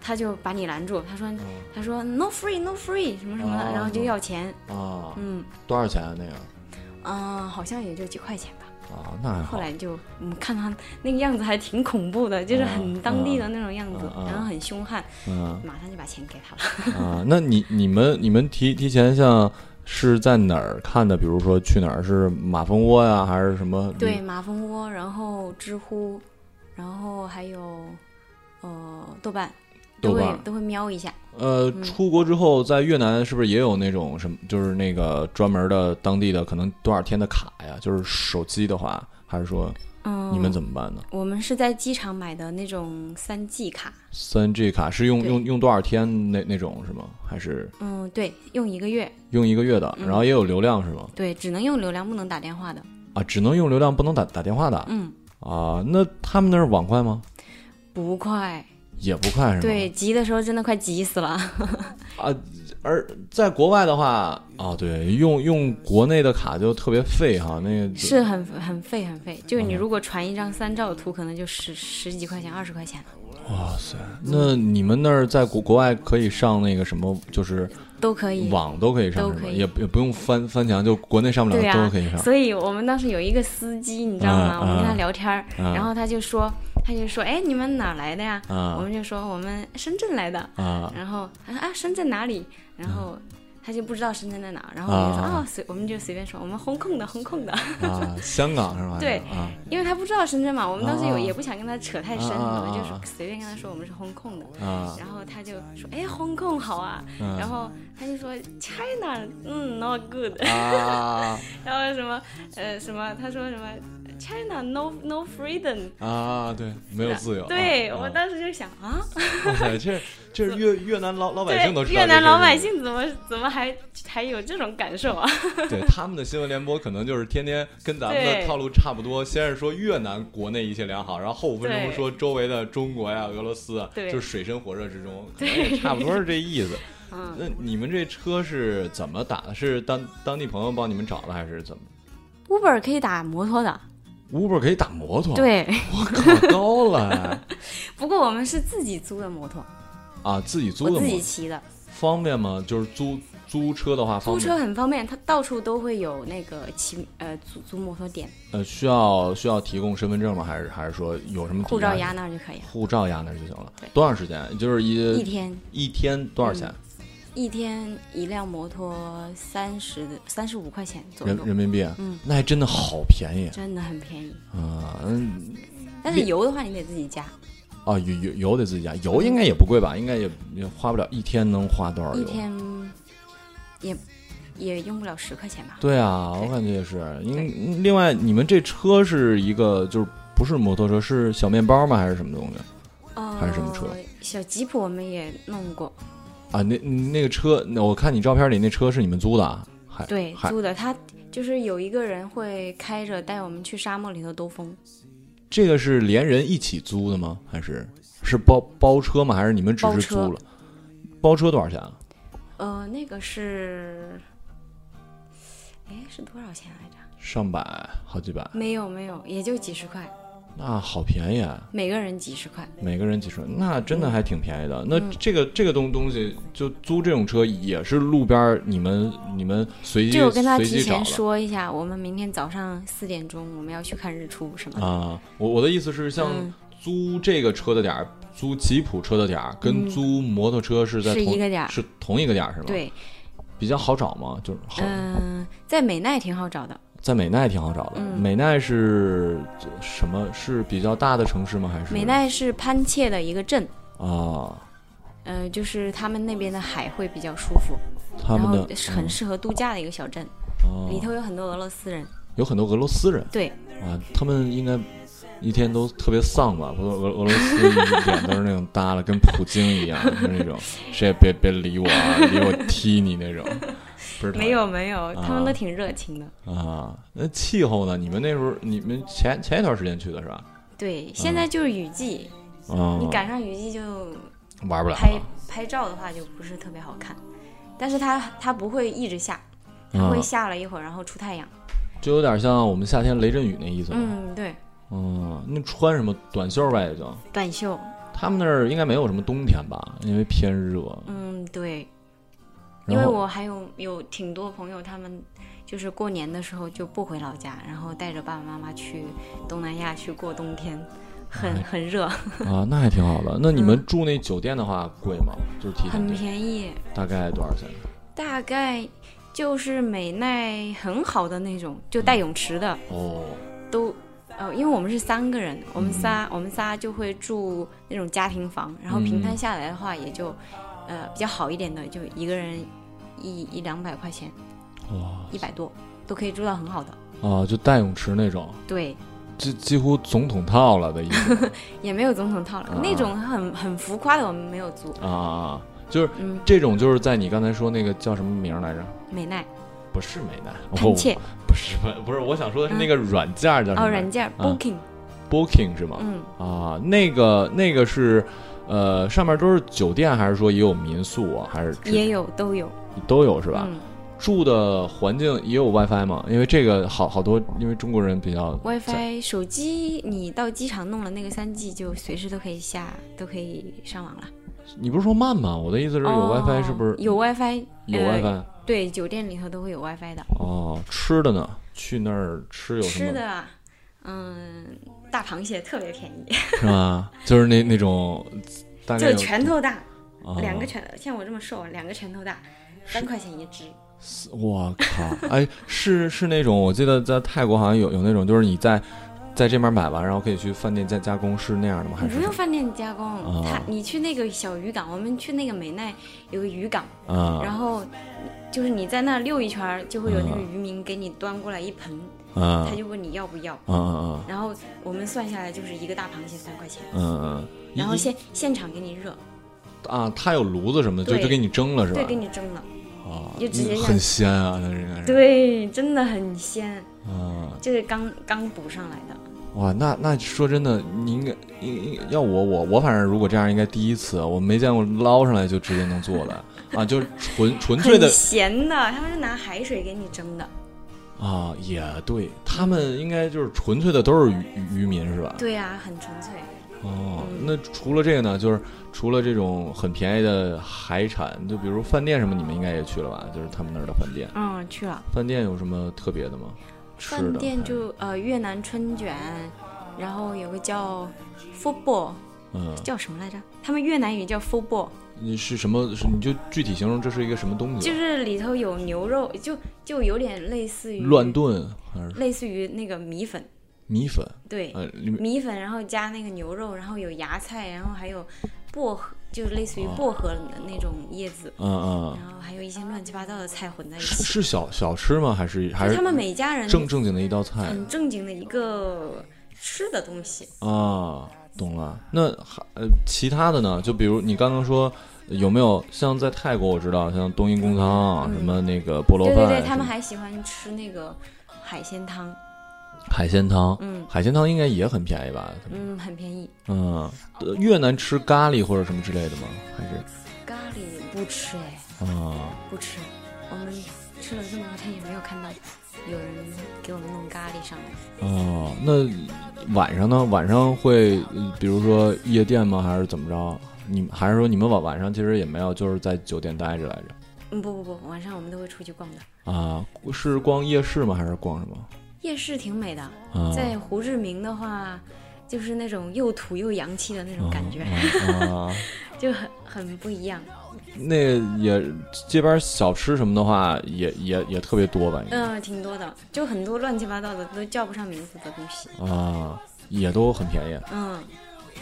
Speaker 2: 他就把你拦住，他说：“他说 no free no free 什么什么的，
Speaker 1: 嗯哦
Speaker 2: 然后就要钱，
Speaker 1: 啊，
Speaker 2: 嗯，
Speaker 1: 多少钱啊那个？
Speaker 2: 嗯、好像也就几块钱吧。
Speaker 1: 啊，那还
Speaker 2: 后
Speaker 1: 好。
Speaker 2: 来就嗯，看他那个样子还挺恐怖的，就是很当地的那种样子，
Speaker 1: 嗯嗯嗯嗯
Speaker 2: 然后很凶悍，
Speaker 1: 嗯
Speaker 2: 马上就把钱给他了。
Speaker 1: 啊，那你你们你们提提前像是在哪儿看的？比如说去哪儿是马蜂窝呀，还是什么？
Speaker 2: 对，，马蜂窝，然后知乎，然后还有呃豆瓣，都
Speaker 1: 豆
Speaker 2: 会
Speaker 1: 瓣
Speaker 2: 都会瞄一下。
Speaker 1: 呃，
Speaker 2: 嗯
Speaker 1: 出国之后在越南是不是也有那种什么，就是那个专门的当地的可能多少天的卡呀？就是手机的话，还是说
Speaker 2: 嗯，
Speaker 1: 你们怎么办呢？
Speaker 2: 我们是在机场买的那种三 G 卡，
Speaker 1: 三 G 卡是用
Speaker 2: 对
Speaker 1: 用用多少天那那种是吗？还是
Speaker 2: 嗯，对，用一个月，
Speaker 1: 用一个月
Speaker 2: 嗯
Speaker 1: 的？然后也有流量是吗？
Speaker 2: 对，只能用流量，不能打电话的。
Speaker 1: 啊，只能用流量，不能打打电话的。
Speaker 2: 嗯，
Speaker 1: 啊，那他们那儿网快吗？
Speaker 2: 不快，
Speaker 1: 也不快是吗？
Speaker 2: 对，急的时候真的快急死了。
Speaker 1: 啊，而在国外的话，啊，对，用用国内的卡就特别费哈，那个
Speaker 2: 是很很费很费，就是
Speaker 1: 哦
Speaker 2: 你如果传一张三兆的图，可能就十十几块钱、二十块钱
Speaker 1: 哇塞，那你们那儿在国国外可以上那个什么，就是
Speaker 2: 都可以。
Speaker 1: 网都可以上
Speaker 2: 都
Speaker 1: 是吗？
Speaker 2: 可以
Speaker 1: 也也不用翻翻墙，就国内上不了
Speaker 2: 对
Speaker 1: 的
Speaker 2: 呀、
Speaker 1: 都可以上。
Speaker 2: 所以我们当时有一个司机，你知道吗？
Speaker 1: 嗯
Speaker 2: 我们跟他
Speaker 1: 嗯
Speaker 2: 聊天儿，
Speaker 1: 嗯
Speaker 2: 然后他就说，他就说，哎，你们哪儿来的呀？
Speaker 1: 嗯
Speaker 2: 我们就说我们深圳来的。
Speaker 1: 啊
Speaker 2: 然后他说啊，深圳哪里？
Speaker 1: 嗯
Speaker 2: 然后。他就不知道深圳在哪儿，然后我们就
Speaker 1: 嗯
Speaker 2: 说
Speaker 1: 嗯
Speaker 2: 哦，随我们就随便说，我们红控的红控的，
Speaker 1: 啊，香港是吧？
Speaker 2: 对
Speaker 1: 啊，
Speaker 2: 因为他不知道深圳嘛，我们当时有
Speaker 1: 嗯嗯
Speaker 2: 也不想跟他扯太深，
Speaker 1: 嗯嗯嗯
Speaker 2: 我们就
Speaker 1: 嗯
Speaker 2: 说随便跟他说我们是红控的，
Speaker 1: 啊
Speaker 2: 然后他就说：“哎，红控好啊。
Speaker 1: 嗯
Speaker 2: 然后他就说：“China，嗯，not good。
Speaker 1: 啊
Speaker 2: 然后什么，呃，什么，他说什么，China no no freedom。
Speaker 1: 啊，对，没有自由。
Speaker 2: 对、
Speaker 1: 啊
Speaker 2: 我
Speaker 1: 啊
Speaker 2: 当时就想啊，
Speaker 1: 哇塞，这这是越越南老老百姓都
Speaker 2: 对，
Speaker 1: 知道
Speaker 2: 越
Speaker 1: 这
Speaker 2: 南
Speaker 1: 事
Speaker 2: 老
Speaker 1: 儿
Speaker 2: 百
Speaker 1: 是
Speaker 2: 姓怎么怎么还还有这种感 受啊？
Speaker 1: 对他们的新闻联播可能就是天天跟咱们的
Speaker 2: 对
Speaker 1: 套路差不多，先是说越南国内一切良好，然后后五分钟
Speaker 2: 对
Speaker 1: 说周围的中国呀、俄罗斯啊，
Speaker 2: 对
Speaker 1: 就水深火热之中，可能 也差不多是这意思。
Speaker 2: 嗯，
Speaker 1: 那你们这车是怎么打的？是当当地朋友帮你们找的，还是怎么
Speaker 2: ，Uber 可以打摩托的，
Speaker 1: ？Uber 可以打摩托，，
Speaker 2: 对。
Speaker 1: 我靠，高了
Speaker 2: 不过我们是自己租的摩托，
Speaker 1: 啊！自己租
Speaker 2: 我
Speaker 1: 的
Speaker 2: 自
Speaker 1: 吗
Speaker 2: 己？骑的，
Speaker 1: 方便吗？就是租租车的话方
Speaker 2: 租
Speaker 1: 便
Speaker 2: 车，很方便，它到处都会有那个骑呃租租摩托店，
Speaker 1: 呃，需要需要提供身份证吗？还是还是说有什么
Speaker 2: 护照
Speaker 1: 抵
Speaker 2: 压那儿就可以了，
Speaker 1: 护照压那儿就行了
Speaker 2: 对。
Speaker 1: 多长时间？就是
Speaker 2: 一
Speaker 1: 一
Speaker 2: 天。”嗯
Speaker 1: 一天多少钱？
Speaker 2: 一天一辆摩托三十三十五块钱左
Speaker 1: 人人
Speaker 2: 右，
Speaker 1: 民币？
Speaker 2: 嗯，
Speaker 1: 那还真的好便宜
Speaker 2: 真的很便宜。
Speaker 1: 啊！嗯，
Speaker 2: 但是油的话，你得自己加，
Speaker 1: 啊，油油油得自己加，油应该也不贵吧？应该也也花不了一天能花多少
Speaker 2: 一
Speaker 1: 哦油？啊
Speaker 2: 天也也用不了十块钱吧？
Speaker 1: 对啊，我
Speaker 2: 对
Speaker 1: 感觉也是。因另外，你们这车是一个就是不是摩托车，是小面包吗？还是什么东西？
Speaker 2: 哦，
Speaker 1: 还是什么车？
Speaker 2: 小吉普我们也弄过，
Speaker 1: 啊，那那个车，那我看你照片里那车是你们租的啊？还
Speaker 2: 对，
Speaker 1: 还
Speaker 2: 租的。他就是有一个人会开着带我们去沙漠里头兜风，
Speaker 1: 这个是连人一起租的吗？还是是包包车吗？还是你们只
Speaker 2: 包
Speaker 1: 是
Speaker 2: 车
Speaker 1: 租了？包车多少钱啊？
Speaker 2: 呃，那个是，哎，是多少钱来着？
Speaker 1: 上百，好几百，
Speaker 2: 没有没有，也就几十块，
Speaker 1: 那好便宜啊！
Speaker 2: 每个人几十块。
Speaker 1: 每个人几十，那真的还挺便宜的。那
Speaker 2: 嗯
Speaker 1: 这个这个东东西，就租这种车也是路边儿你们你们随机
Speaker 2: 这我跟他
Speaker 1: 随
Speaker 2: 提
Speaker 1: 机找
Speaker 2: 前
Speaker 1: 的
Speaker 2: 说一下，我们明天早上四点钟我们要去看日出什么的。
Speaker 1: 啊。我我的意思是，像
Speaker 2: 嗯，
Speaker 1: 租这个车的点儿，租吉普车的点儿，跟
Speaker 2: 嗯
Speaker 1: 租摩托车是在
Speaker 2: 是
Speaker 1: 同
Speaker 2: 一个点儿
Speaker 1: 是同一个点儿是吗？，
Speaker 2: 对，
Speaker 1: 比较好找吗？就是好，
Speaker 2: 嗯、在美奈挺好找的，
Speaker 1: 在美奈挺好找的。
Speaker 2: 嗯
Speaker 1: 美奈是什么？是比较大的城市吗？还是
Speaker 2: 美奈是潘切的一个镇，
Speaker 1: 啊？
Speaker 2: 呃，就是他们那边的海会比较舒服，
Speaker 1: 他们
Speaker 2: 然后
Speaker 1: 的嗯
Speaker 2: 是很适合度假的一个小镇，
Speaker 1: 啊
Speaker 2: 里头有很多俄罗斯人。
Speaker 1: 有很多俄罗斯人
Speaker 2: 对，
Speaker 1: 啊，他们应该一天都特别丧吧？不过俄俄罗斯 脸都是那种耷拉，跟普京一样，就是那种谁也别别理我啊，理我踢你那种。不是他
Speaker 2: 没有没有，他们
Speaker 1: 啊
Speaker 2: 都挺热情的。
Speaker 1: 啊，那气候呢？你们那时候，你们前前一段时间去的是吧？
Speaker 2: 对，现
Speaker 1: 嗯
Speaker 2: 在就是雨季，
Speaker 1: 啊，
Speaker 2: 你赶上雨季就
Speaker 1: 玩不了
Speaker 2: 拍
Speaker 1: 了
Speaker 2: 拍照的话就不是特别好看，但是它它不会一直下，它
Speaker 1: 啊
Speaker 2: 会，下了一会儿然后出太阳。
Speaker 1: 就有点像我们夏天雷阵雨那意思吧。
Speaker 2: 嗯，对，
Speaker 1: 嗯，那穿什么短袖呗也就。
Speaker 2: 短袖，
Speaker 1: 他们那儿应该没有什么冬天吧，因为偏热。
Speaker 2: 嗯，对，因
Speaker 1: 然
Speaker 2: 为
Speaker 1: 后
Speaker 2: 我还有有挺多朋友，他们就是过年的时候就不回老家，然后带着爸爸妈妈去东南亚去过冬天，很
Speaker 1: 哎
Speaker 2: 很热，
Speaker 1: 啊，那还挺好 的。那你们住那酒店的话贵吗？就是提前
Speaker 2: 很
Speaker 1: 订，
Speaker 2: 便宜，
Speaker 1: 大概多少钱？
Speaker 2: 大概就是美奈很好的那种，就带
Speaker 1: 嗯
Speaker 2: 泳池的
Speaker 1: 哦，
Speaker 2: 都。呃，因为我们是三个人，我们
Speaker 1: 嗯
Speaker 2: 仨、我们仨就会住那种家庭房，然后
Speaker 1: 嗯
Speaker 2: 平摊下来的话，也就，呃，比较好一点的，就一个人一一两百块钱，
Speaker 1: 哇
Speaker 2: 一百多都可以住到很好的。
Speaker 1: 啊，就带泳池那种，
Speaker 2: 对，
Speaker 1: 这几乎总统套了的意 思
Speaker 2: 也没有总统套了，
Speaker 1: 啊
Speaker 2: 那种很很浮夸的我们没有租。
Speaker 1: 啊啊，啊就是
Speaker 2: 嗯，
Speaker 1: 这种就是在你刚才说那个叫什么名儿来着？
Speaker 2: 美奈、
Speaker 1: 不是美奈，
Speaker 2: 潘切
Speaker 1: 不是不是，我想说的是那个软件儿叫什
Speaker 2: 哦，
Speaker 1: 么、
Speaker 2: 软件 Booking，
Speaker 1: Booking 是吗？
Speaker 2: 嗯，
Speaker 1: 啊，那个那个是，呃，上面都是酒店，还是说也有民宿啊？还是只
Speaker 2: 也有都有，
Speaker 1: 都有是
Speaker 2: 是
Speaker 1: 吧？
Speaker 2: 嗯
Speaker 1: 住的环境也有 WiFi 吗？因为这个好好多，因为中国人比较在
Speaker 2: ，WiFi 手机你到机场弄了那个三 G 就随时都可以下，都可以上网了。
Speaker 1: 你不是说慢吗？我的意思是有
Speaker 2: 哦
Speaker 1: WiFi 是不是
Speaker 2: 有 WiFi？
Speaker 1: 有
Speaker 2: 呃
Speaker 1: WiFi？
Speaker 2: 对，酒店里头都会有 WiFi 的。
Speaker 1: 哦，吃的呢？去那儿吃有什
Speaker 2: 吃
Speaker 1: 么
Speaker 2: 的啊，嗯，大螃蟹特别便宜，
Speaker 1: 是吧？就是那那种大概
Speaker 2: 就
Speaker 1: 有
Speaker 2: 拳头大，
Speaker 1: 啊
Speaker 2: 两个拳，像我这么瘦，两个拳头大，三块钱一只。
Speaker 1: 我靠！哎， 是是那种，我记得在泰国好像有有那种，就是你在在这边买完，然后可以去饭店加加工，是那样的吗？还
Speaker 2: 你
Speaker 1: 啊是
Speaker 2: 不用饭店加工，
Speaker 1: 哦
Speaker 2: 他你去那个小渔港，我们去那个美奈有个渔港，然
Speaker 1: 啊
Speaker 2: 后就是你在那儿溜一圈儿，就会有那个渔民给你端过来一盆，
Speaker 1: 啊啊
Speaker 2: 他就问你要不要，
Speaker 1: 啊
Speaker 2: 然后我们算下来就是一个大螃蟹三块钱，
Speaker 1: 嗯嗯，
Speaker 2: 然后
Speaker 1: 一
Speaker 2: 现现场给你热，
Speaker 1: 啊，它有炉子什么的，就
Speaker 2: 对
Speaker 1: 就给你蒸了是吧
Speaker 2: 对，？给你蒸了，
Speaker 1: 啊，
Speaker 2: 就直接
Speaker 1: 嗯
Speaker 2: 下
Speaker 1: 很鲜啊，那应该是
Speaker 2: 对，真的很鲜，
Speaker 1: 啊，
Speaker 2: 这个刚刚捕上来的，
Speaker 1: 哇，那那说真的，你应该应应要我我我反正如果这样应该第一次，我没见过捞上来就直接能做的啊，就是纯纯粹的
Speaker 2: 很咸的，他们是拿海水给你蒸的，
Speaker 1: 啊，也对，他们应该就是纯粹的都是渔渔渔民是吧？
Speaker 2: 对啊，很纯粹，
Speaker 1: 哦，那除了这个呢，就是除了这种很便宜的海产，就比如饭店什么，你们应该也去了吧？就是他们那儿的饭店，
Speaker 2: 嗯，去了。
Speaker 1: 饭店有什么特别的吗？吃的
Speaker 2: 饭店
Speaker 1: 还是
Speaker 2: 就呃越南春卷，然后有个叫 football
Speaker 1: 嗯，
Speaker 2: 叫什么来着？他们越南语叫 football，
Speaker 1: 你是什么？是你就具体形容这是一个什么东西啊
Speaker 2: 就
Speaker 1: 吧？
Speaker 2: 是里头有牛肉，就就有点类似于
Speaker 1: 乱，炖还是
Speaker 2: 类似于那个米粉，
Speaker 1: 米粉？
Speaker 2: 对，
Speaker 1: 呃，里面
Speaker 2: 米粉，然后加那个牛肉，然后有芽菜，然后还有薄荷，就类似于
Speaker 1: 哦
Speaker 2: 薄荷的那种叶子，
Speaker 1: 嗯嗯，
Speaker 2: 然后还有一些乱七八糟的菜混在一
Speaker 1: 是
Speaker 2: 起。
Speaker 1: 是小小吃吗？还是还
Speaker 2: 就是他们每家人
Speaker 1: 正正经的一道菜？
Speaker 2: 很正经的一个吃的东西。
Speaker 1: 啊，懂了。那还呃，其他的呢？就比如你刚刚说，有没有像在泰国我知道，像冬阴功汤、啊
Speaker 2: 嗯
Speaker 1: 什么那个菠萝
Speaker 2: 对
Speaker 1: 饭，
Speaker 2: 对对，他
Speaker 1: 什么
Speaker 2: 们还喜欢吃那个海鲜汤，
Speaker 1: 海鲜汤，
Speaker 2: 嗯
Speaker 1: 海鲜汤应该也很便宜吧？
Speaker 2: 嗯，很便宜。
Speaker 1: 嗯，呃越南吃咖喱或者什么之类的吗？还是
Speaker 2: 咖喱不吃哎，
Speaker 1: 啊
Speaker 2: 不吃。我们吃了这么多天也没有看到有人给我们弄咖喱上来。
Speaker 1: 哦，那晚上呢？晚上会呃比如说夜店吗？还是怎么着？你们还是说你们晚晚上其实也没有，就是在酒店待着来着
Speaker 2: 嗯，不不不，晚上我们都会出去逛的。
Speaker 1: 啊？是逛夜市吗？还是逛什么？
Speaker 2: 夜市挺美的，
Speaker 1: 啊，
Speaker 2: 在胡志明的话，就是那种又土又洋气的那种感觉，
Speaker 1: 啊，啊
Speaker 2: 就很很不一样。
Speaker 1: 那个也街边小吃什么的话，也也也特别多吧？应该
Speaker 2: 嗯、挺多的，就很多乱七八糟的都叫不上名字的东西。
Speaker 1: 啊，也都很便宜。
Speaker 2: 嗯，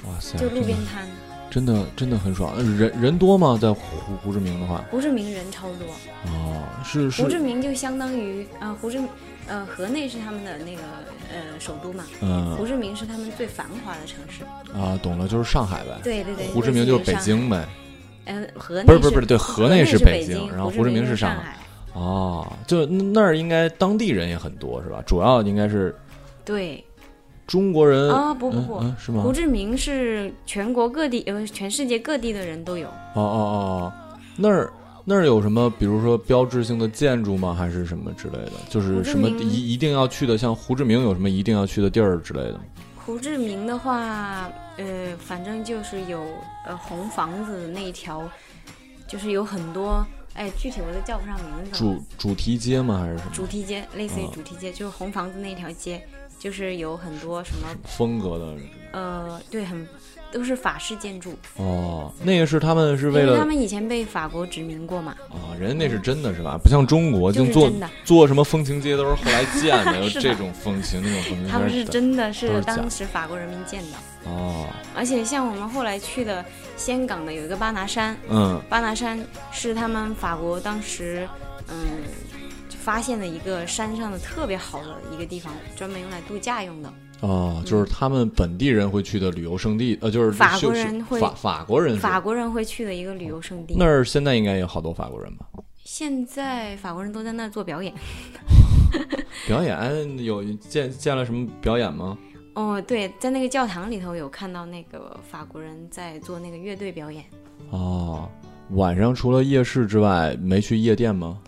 Speaker 1: 哇塞，
Speaker 2: 就路边
Speaker 1: 真的
Speaker 2: 摊，
Speaker 1: 真的真的很爽。呃人人多吗？在胡胡志明的话，
Speaker 2: 胡志明人超多。
Speaker 1: 哦，是
Speaker 2: 胡
Speaker 1: 是，
Speaker 2: 志明就相当于啊、胡志明呃，河内是他们的那个呃首都嘛，
Speaker 1: 嗯
Speaker 2: 胡志明是他们最繁华的城市。
Speaker 1: 啊，懂了，就是上海呗。
Speaker 2: 对对对，
Speaker 1: 胡志明就是北京呗。
Speaker 2: 嗯、呃，河内
Speaker 1: 不是不是不是对河
Speaker 2: 河
Speaker 1: 内是
Speaker 2: 是
Speaker 1: 北京
Speaker 2: 京，
Speaker 1: 然后胡
Speaker 2: 胡
Speaker 1: 志明
Speaker 2: 明
Speaker 1: 是上
Speaker 2: 上
Speaker 1: 海。哦，就那儿应该当地人也很多是吧？主要应该是
Speaker 2: 对
Speaker 1: 中国人。
Speaker 2: 啊、不不
Speaker 1: 嗯
Speaker 2: 不，
Speaker 1: 嗯是吗？
Speaker 2: 胡志明是全国各地呃全世界各地的人都有。
Speaker 1: 哦哦哦，哦，那儿那儿有什么，比如说标志性的建筑吗？还是什么之类的？就是
Speaker 2: 胡志
Speaker 1: 什么
Speaker 2: 明
Speaker 1: 一一定要去的，像胡志明有什么一定要去的地儿之类的吗？
Speaker 2: 胡志明的话，呃，反正就是有呃红房子那一条，就是有很多哎，具体我都叫不上名字了。
Speaker 1: 主主题街吗？还是什么
Speaker 2: 嗯主题街，类似于
Speaker 1: 哦
Speaker 2: 主题街，就是红房子那条街，就是有很多什么
Speaker 1: 风格的？
Speaker 2: 呃，对，很都是法式建筑，
Speaker 1: 哦，那个是他们是
Speaker 2: 因
Speaker 1: 为
Speaker 2: 为他
Speaker 1: 了
Speaker 2: 们以前被法国殖民过嘛，
Speaker 1: 啊，人家那是真的是吧？不像中国，
Speaker 2: 就是
Speaker 1: 做
Speaker 2: 真的
Speaker 1: 做什么风情街都是后来建 的，有
Speaker 2: 是的
Speaker 1: 这种风情那种风情，
Speaker 2: 他们是
Speaker 1: 的
Speaker 2: 真的
Speaker 1: 都
Speaker 2: 是
Speaker 1: 嗯是假
Speaker 2: 当时法国人民建的，
Speaker 1: 哦，
Speaker 2: 而且像我们后来去的香港的有一个巴拿山，
Speaker 1: 嗯
Speaker 2: 巴拿山是他们法国当时嗯就发现的一个山上的特别好的一个地方，专门用来度假用的，
Speaker 1: 哦，就是他们本地人会去的旅游胜地，呃，就是
Speaker 2: 法
Speaker 1: 休
Speaker 2: 国
Speaker 1: 息
Speaker 2: 人会
Speaker 1: 法法国人是
Speaker 2: 法国人会去的一个旅游胜地
Speaker 1: 那。儿现在应该有好多法国人吧？
Speaker 2: 现在法国人都在那儿做表演。
Speaker 1: 表演哎有见见了什么表演吗？
Speaker 2: 哦，对，在那个教堂里头有看到那个法国人在做那个乐队表演。
Speaker 1: 哦，晚上除了夜市之外，没去夜店吗？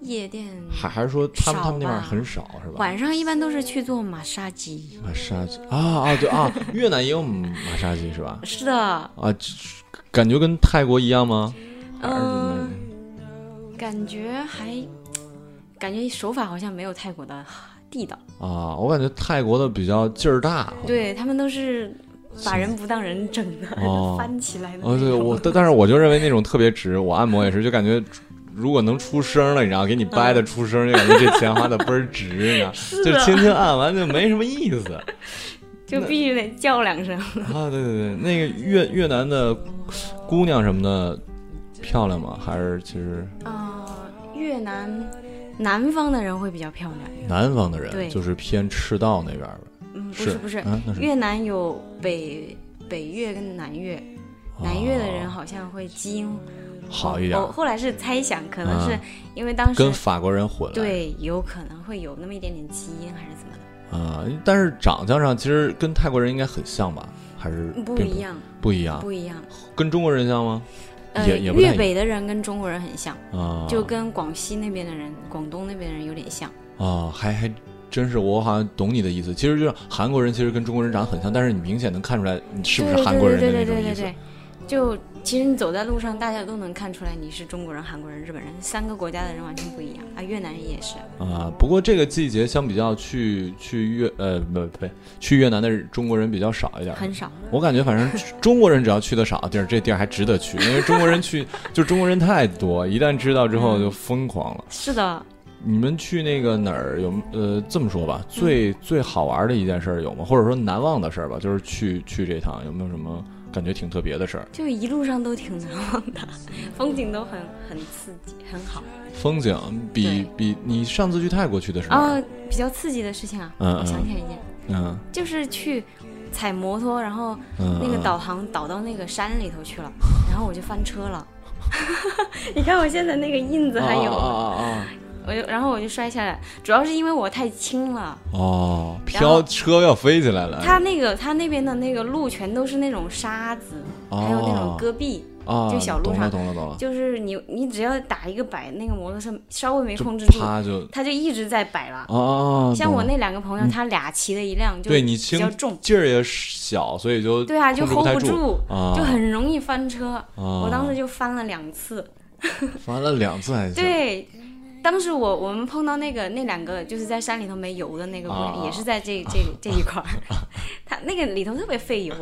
Speaker 2: 夜店
Speaker 1: 还还是说他们
Speaker 2: 少
Speaker 1: 他们那边
Speaker 2: 吧
Speaker 1: 很少是吧？
Speaker 2: 晚上一般都是去做马杀鸡。
Speaker 1: 马杀鸡啊啊对啊，越南也有马杀鸡是吧？
Speaker 2: 是的，
Speaker 1: 啊，这感觉跟泰国一样吗？还是怎么
Speaker 2: 嗯感觉还，感觉手法好像没有泰国的地道。
Speaker 1: 啊，我感觉泰国的比较劲儿大。
Speaker 2: 对他们都是把人不当人整的，
Speaker 1: 哦
Speaker 2: 翻起来的那
Speaker 1: 哦，对
Speaker 2: 种
Speaker 1: 我，但但是我就认为那种特别值，我按摩也是，就感觉如果能出声了，你知道，给你掰的出声，就感觉这钱花的倍儿值，你知道，
Speaker 2: 啊
Speaker 1: 就 轻轻按完就没什么意思。
Speaker 2: 就必须得叫两声。
Speaker 1: 啊，对对对，那个越越南的姑娘什么的漂亮吗？还是其实
Speaker 2: 啊、越南南方的人会比较漂亮。
Speaker 1: 南方的人
Speaker 2: 对
Speaker 1: 就是偏赤道那边儿呗？
Speaker 2: 嗯，不是不是，
Speaker 1: 啊，那是
Speaker 2: 越南有北北越跟南越，南越的人
Speaker 1: 哦
Speaker 2: 好像会基因
Speaker 1: 好一点
Speaker 2: 我
Speaker 1: 儿，
Speaker 2: 后来是猜想，可能是
Speaker 1: 啊
Speaker 2: 因为当时
Speaker 1: 跟法国人混了。
Speaker 2: 对有可能会有那么一点点基因还是怎么的，
Speaker 1: 啊，但是长相上其实跟泰国人应该很像吧？还是
Speaker 2: 不
Speaker 1: 并
Speaker 2: 一，样，
Speaker 1: 不一样，
Speaker 2: 不一样。
Speaker 1: 跟中国人像吗？
Speaker 2: 呃，
Speaker 1: 也也不太
Speaker 2: 粤北的人跟中国人很像，
Speaker 1: 啊，
Speaker 2: 就跟广西那边的人、广东那边的人有点像。
Speaker 1: 啊，还还真是，我好像懂你的意思。其实就是韩国人其实跟中国人长得很像，但是你明显能看出来你是不是
Speaker 2: 对
Speaker 1: 韩国人的
Speaker 2: 对
Speaker 1: 那
Speaker 2: 对
Speaker 1: 种
Speaker 2: 对对
Speaker 1: 意
Speaker 2: 对
Speaker 1: 思。
Speaker 2: 对，就其实你走在路上，大家都能看出来你是中国人、韩国人、日本人，三个国家的人完全不一样啊。越南人也是，
Speaker 1: 啊，不过这个季节相比较去去越呃不不去越南的中国人比较少一点儿。
Speaker 2: 很少。
Speaker 1: 我感觉反正中国人只要去的少的地儿，这地儿还值得去，因为中国人 去就中国人太多，一旦知道之后就疯狂了。
Speaker 2: 是的，
Speaker 1: 你们去那个哪儿有呃这么说
Speaker 2: 嗯
Speaker 1: 吧，最、最好玩的一件事儿有吗？或者说难忘的事儿吧，就是去去这趟有没有什么感觉挺特别的事儿？
Speaker 2: 就一路上都挺难忘的，风景都很很刺激，很好。
Speaker 1: 风景比比你上次去泰国去的是哪
Speaker 2: 啊
Speaker 1: 儿？，
Speaker 2: 比较刺激的事情啊，
Speaker 1: 嗯
Speaker 2: 我想
Speaker 1: 嗯
Speaker 2: 起来一件，
Speaker 1: 嗯
Speaker 2: 就是去踩摩托，然后
Speaker 1: 嗯，
Speaker 2: 那个
Speaker 1: 嗯
Speaker 2: 导航导到那个山里头 去了，然后我就翻车了。 你看我现在那个印子还有，
Speaker 1: 啊啊啊啊！
Speaker 2: 我就然后我就摔下来，主要是因为我太轻了。
Speaker 1: 哦，
Speaker 2: 然后
Speaker 1: 飘车要飞起来了，
Speaker 2: 它那个它那边的那个路全都是那种沙子，还有那种
Speaker 1: 哦
Speaker 2: 戈壁，
Speaker 1: 啊，
Speaker 2: 就小路
Speaker 1: 懂了
Speaker 2: 上
Speaker 1: 懂了懂了，
Speaker 2: 就是你你只要打一个摆，那个摩托车稍微没控制住，
Speaker 1: 啪就
Speaker 2: 它就一直在摆了。
Speaker 1: 啊啊啊！
Speaker 2: 像我
Speaker 1: 懂了
Speaker 2: 那两个朋友，他俩骑的一辆就
Speaker 1: 对
Speaker 2: 比
Speaker 1: 你
Speaker 2: 较
Speaker 1: 轻
Speaker 2: 重，
Speaker 1: 劲儿也小，所以就
Speaker 2: 对啊，就
Speaker 1: 控
Speaker 2: hold
Speaker 1: 制不太
Speaker 2: 住，
Speaker 1: 啊，
Speaker 2: 就很容易翻车。
Speaker 1: 我
Speaker 2: 我当时就翻了两次，
Speaker 1: 翻了两次还行，
Speaker 2: 对。当时我我们碰到那个那两个就是在山里头没油的那个姑娘，
Speaker 1: 啊
Speaker 2: 也是在这这这 一块儿，她那个里头特别费油。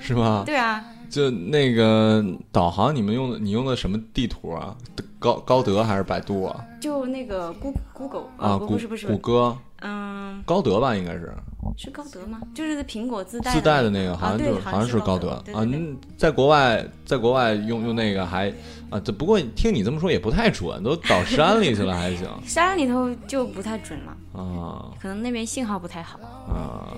Speaker 1: 是吗？
Speaker 2: 对啊，
Speaker 1: 就那个导航，你们用的你用的什么地图啊？高高德还是百度啊？
Speaker 2: 就那个 Goo- Google
Speaker 1: 啊，
Speaker 2: 哦不
Speaker 1: 谷
Speaker 2: 不是不是
Speaker 1: 谷，歌、
Speaker 2: 嗯，
Speaker 1: 高德吧，应该是
Speaker 2: 是高德吗？就是苹果自带
Speaker 1: 自带的
Speaker 2: 那
Speaker 1: 那个，好像
Speaker 2: 啊对
Speaker 1: 就是
Speaker 2: 好
Speaker 1: 好
Speaker 2: 像
Speaker 1: 像
Speaker 2: 是
Speaker 1: 高
Speaker 2: 高
Speaker 1: 德
Speaker 2: 德
Speaker 1: 啊。
Speaker 2: 对对对
Speaker 1: 嗯在国外，在国外用用那个还啊，这不过听你这么说也不太准，都到山里去了还行
Speaker 2: 山里头就不太准了，
Speaker 1: 啊
Speaker 2: 可能那边信号不太好。
Speaker 1: 啊。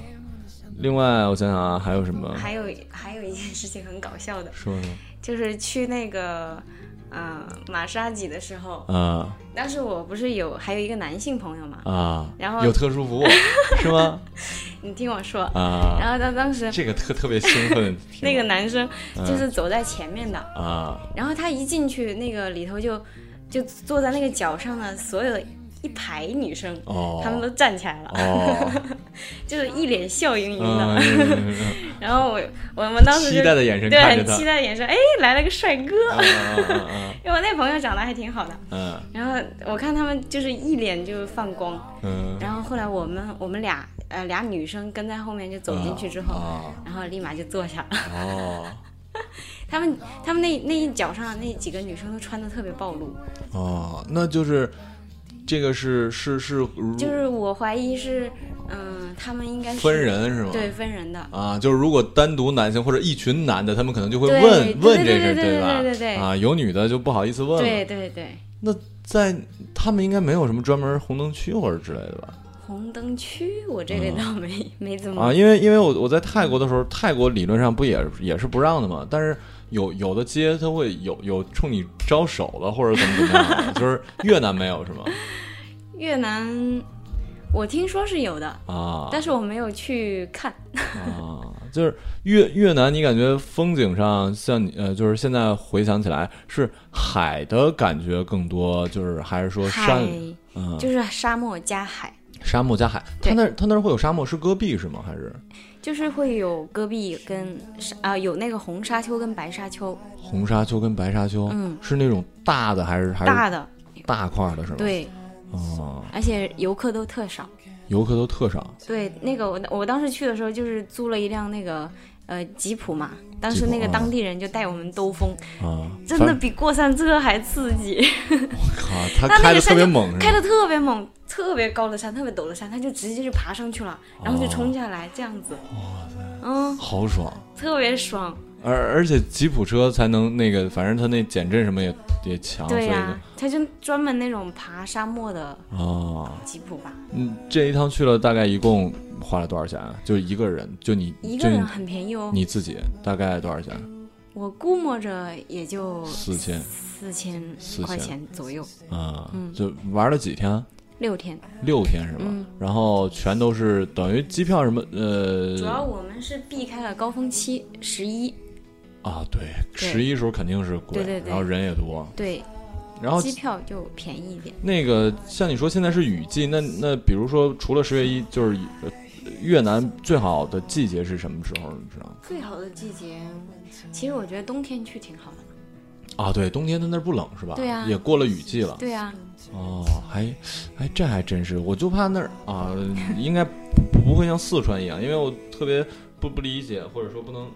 Speaker 1: 另外，我想想啊，还有什么？
Speaker 2: 还有还有一件事情很搞笑的，
Speaker 1: 说说
Speaker 2: 就是去那个呃马莎吉的时候，
Speaker 1: 啊
Speaker 2: 当时我不是有还有一个男性朋友嘛，
Speaker 1: 啊，
Speaker 2: 然后
Speaker 1: 有特殊 服务是吗？
Speaker 2: 你听我说，
Speaker 1: 啊，
Speaker 2: 然后他当时
Speaker 1: 这个特特别兴奋，
Speaker 2: 那个男生就是走在前面的，
Speaker 1: 啊
Speaker 2: 然后他一进去那个里头就就坐在那个角上的所有的一排女生，
Speaker 1: 哦，
Speaker 2: 她们都站起来了，
Speaker 1: 哦，
Speaker 2: 就是一脸笑盈盈的。
Speaker 1: 嗯嗯嗯嗯
Speaker 2: 然后我我们当时就
Speaker 1: 期待的眼神
Speaker 2: 对，
Speaker 1: 看着
Speaker 2: 很
Speaker 1: 他
Speaker 2: 期，待的眼神，哎，来了个帅哥，
Speaker 1: 嗯嗯嗯
Speaker 2: 因为我那朋友长得还挺好的。
Speaker 1: 嗯
Speaker 2: 然后我看他们就是一脸就是放光，
Speaker 1: 嗯嗯，
Speaker 2: 然后后来我们我们俩呃俩女生跟在后面就走进去之后，
Speaker 1: 啊
Speaker 2: 然后立马就坐下了。
Speaker 1: 哦
Speaker 2: 他们他们那那一脚上那几个女生都穿的特别暴露，
Speaker 1: 哦，那就是这个是是是
Speaker 2: 就是我怀疑是嗯、他们应该是
Speaker 1: 嗯分人是吗？
Speaker 2: 对分人的，
Speaker 1: 啊，就是如果单独男性或者一群男的，他们可能就会
Speaker 2: 对
Speaker 1: 问
Speaker 2: 对
Speaker 1: 问这
Speaker 2: 对
Speaker 1: 事儿，
Speaker 2: 对对
Speaker 1: 吧？
Speaker 2: 对对对
Speaker 1: 啊，有女的就不好意思问了。
Speaker 2: 对对对，
Speaker 1: 那在他们应该没有什么专门红灯区或者之类的吧？
Speaker 2: 红灯区我这里倒没、没怎
Speaker 1: 嗯
Speaker 2: 么
Speaker 1: 啊，因为因为我我在泰国的时候，泰国理论上不也也是不让的嘛，但是有有的街它会有有冲你招手的，或者怎么怎么样的， 就是越南没有是吗？
Speaker 2: 越南我听说是有的，
Speaker 1: 啊
Speaker 2: 但是我没有去看。
Speaker 1: 啊，就是越越南，你感觉风景上像你呃，就是现在回想起来是海的感觉更多，就是还是说山
Speaker 2: 海
Speaker 1: 嗯
Speaker 2: 就是沙漠加海，
Speaker 1: 沙漠加海？它
Speaker 2: 对
Speaker 1: 那儿它那儿会有沙漠是戈壁是吗？还是
Speaker 2: 就是会有戈壁跟沙啊、有那个红沙丘跟白沙丘，
Speaker 1: 红沙丘跟白沙丘？
Speaker 2: 嗯，
Speaker 1: 是那种大的还是还是
Speaker 2: 大的
Speaker 1: 大块儿的是吗？
Speaker 2: 对，
Speaker 1: 哦。
Speaker 2: 而且游客都特少。
Speaker 1: 游客都特少，
Speaker 2: 对，那个我我当时去的时候就是租了一辆那个呃吉普嘛，当时那
Speaker 1: 吉
Speaker 2: 个
Speaker 1: 普啊
Speaker 2: 当地人就带我们兜风，
Speaker 1: 啊，
Speaker 2: 真的
Speaker 1: 反
Speaker 2: 比过山车还刺激，
Speaker 1: 靠，他
Speaker 2: 那那
Speaker 1: 开的特
Speaker 2: 个山
Speaker 1: 别
Speaker 2: 就
Speaker 1: 猛，是
Speaker 2: 开
Speaker 1: 吧？
Speaker 2: 的特别猛，特别高的山，特别陡的山，他就直接就爬上去了，然
Speaker 1: 哦
Speaker 2: 后就冲下来、这样子，嗯，
Speaker 1: 好爽。
Speaker 2: 特别爽。
Speaker 1: 而而且吉普车才能那个，反正他那减震什么也也强，哦所
Speaker 2: 对
Speaker 1: 以
Speaker 2: 呀、
Speaker 1: 呢，
Speaker 2: 他就专门那种爬沙漠的
Speaker 1: 啊，
Speaker 2: 吉普吧。
Speaker 1: 嗯，这一趟去了大概一共花了多少钱啊？就一个人，就你
Speaker 2: 一
Speaker 1: 就
Speaker 2: 个
Speaker 1: 你
Speaker 2: 人很便宜哦，
Speaker 1: 你自己大概多少钱？
Speaker 2: 我估摸着也就
Speaker 1: 四千
Speaker 2: 四千
Speaker 1: 四千
Speaker 2: 块钱左右，
Speaker 1: 啊，
Speaker 2: 嗯
Speaker 1: 就玩了几天？
Speaker 2: 六天。
Speaker 1: 六天是吧？
Speaker 2: 嗯
Speaker 1: 然后全都是等于机票什么呃
Speaker 2: 主要我们是避开了高峰期，十一，
Speaker 1: 啊，对，
Speaker 2: 对
Speaker 1: 十一时候肯定是贵，
Speaker 2: 对对对
Speaker 1: 然后人也多，
Speaker 2: 对，
Speaker 1: 然后
Speaker 2: 机票就便宜一点。
Speaker 1: 那个像你说现在是雨季，那那比如说除了十月一，就是呃越南最好的季节是什么时候？你知道吗？
Speaker 2: 最好的季节，其实我觉得冬天去挺好的。
Speaker 1: 啊，对，冬天它那儿不冷是吧？
Speaker 2: 对啊
Speaker 1: 也过了雨季了。
Speaker 2: 对啊，
Speaker 1: 哦，还还这还真是，我就怕那儿啊，应该不不会像四川一样，因为我特别不不理解，或者说不能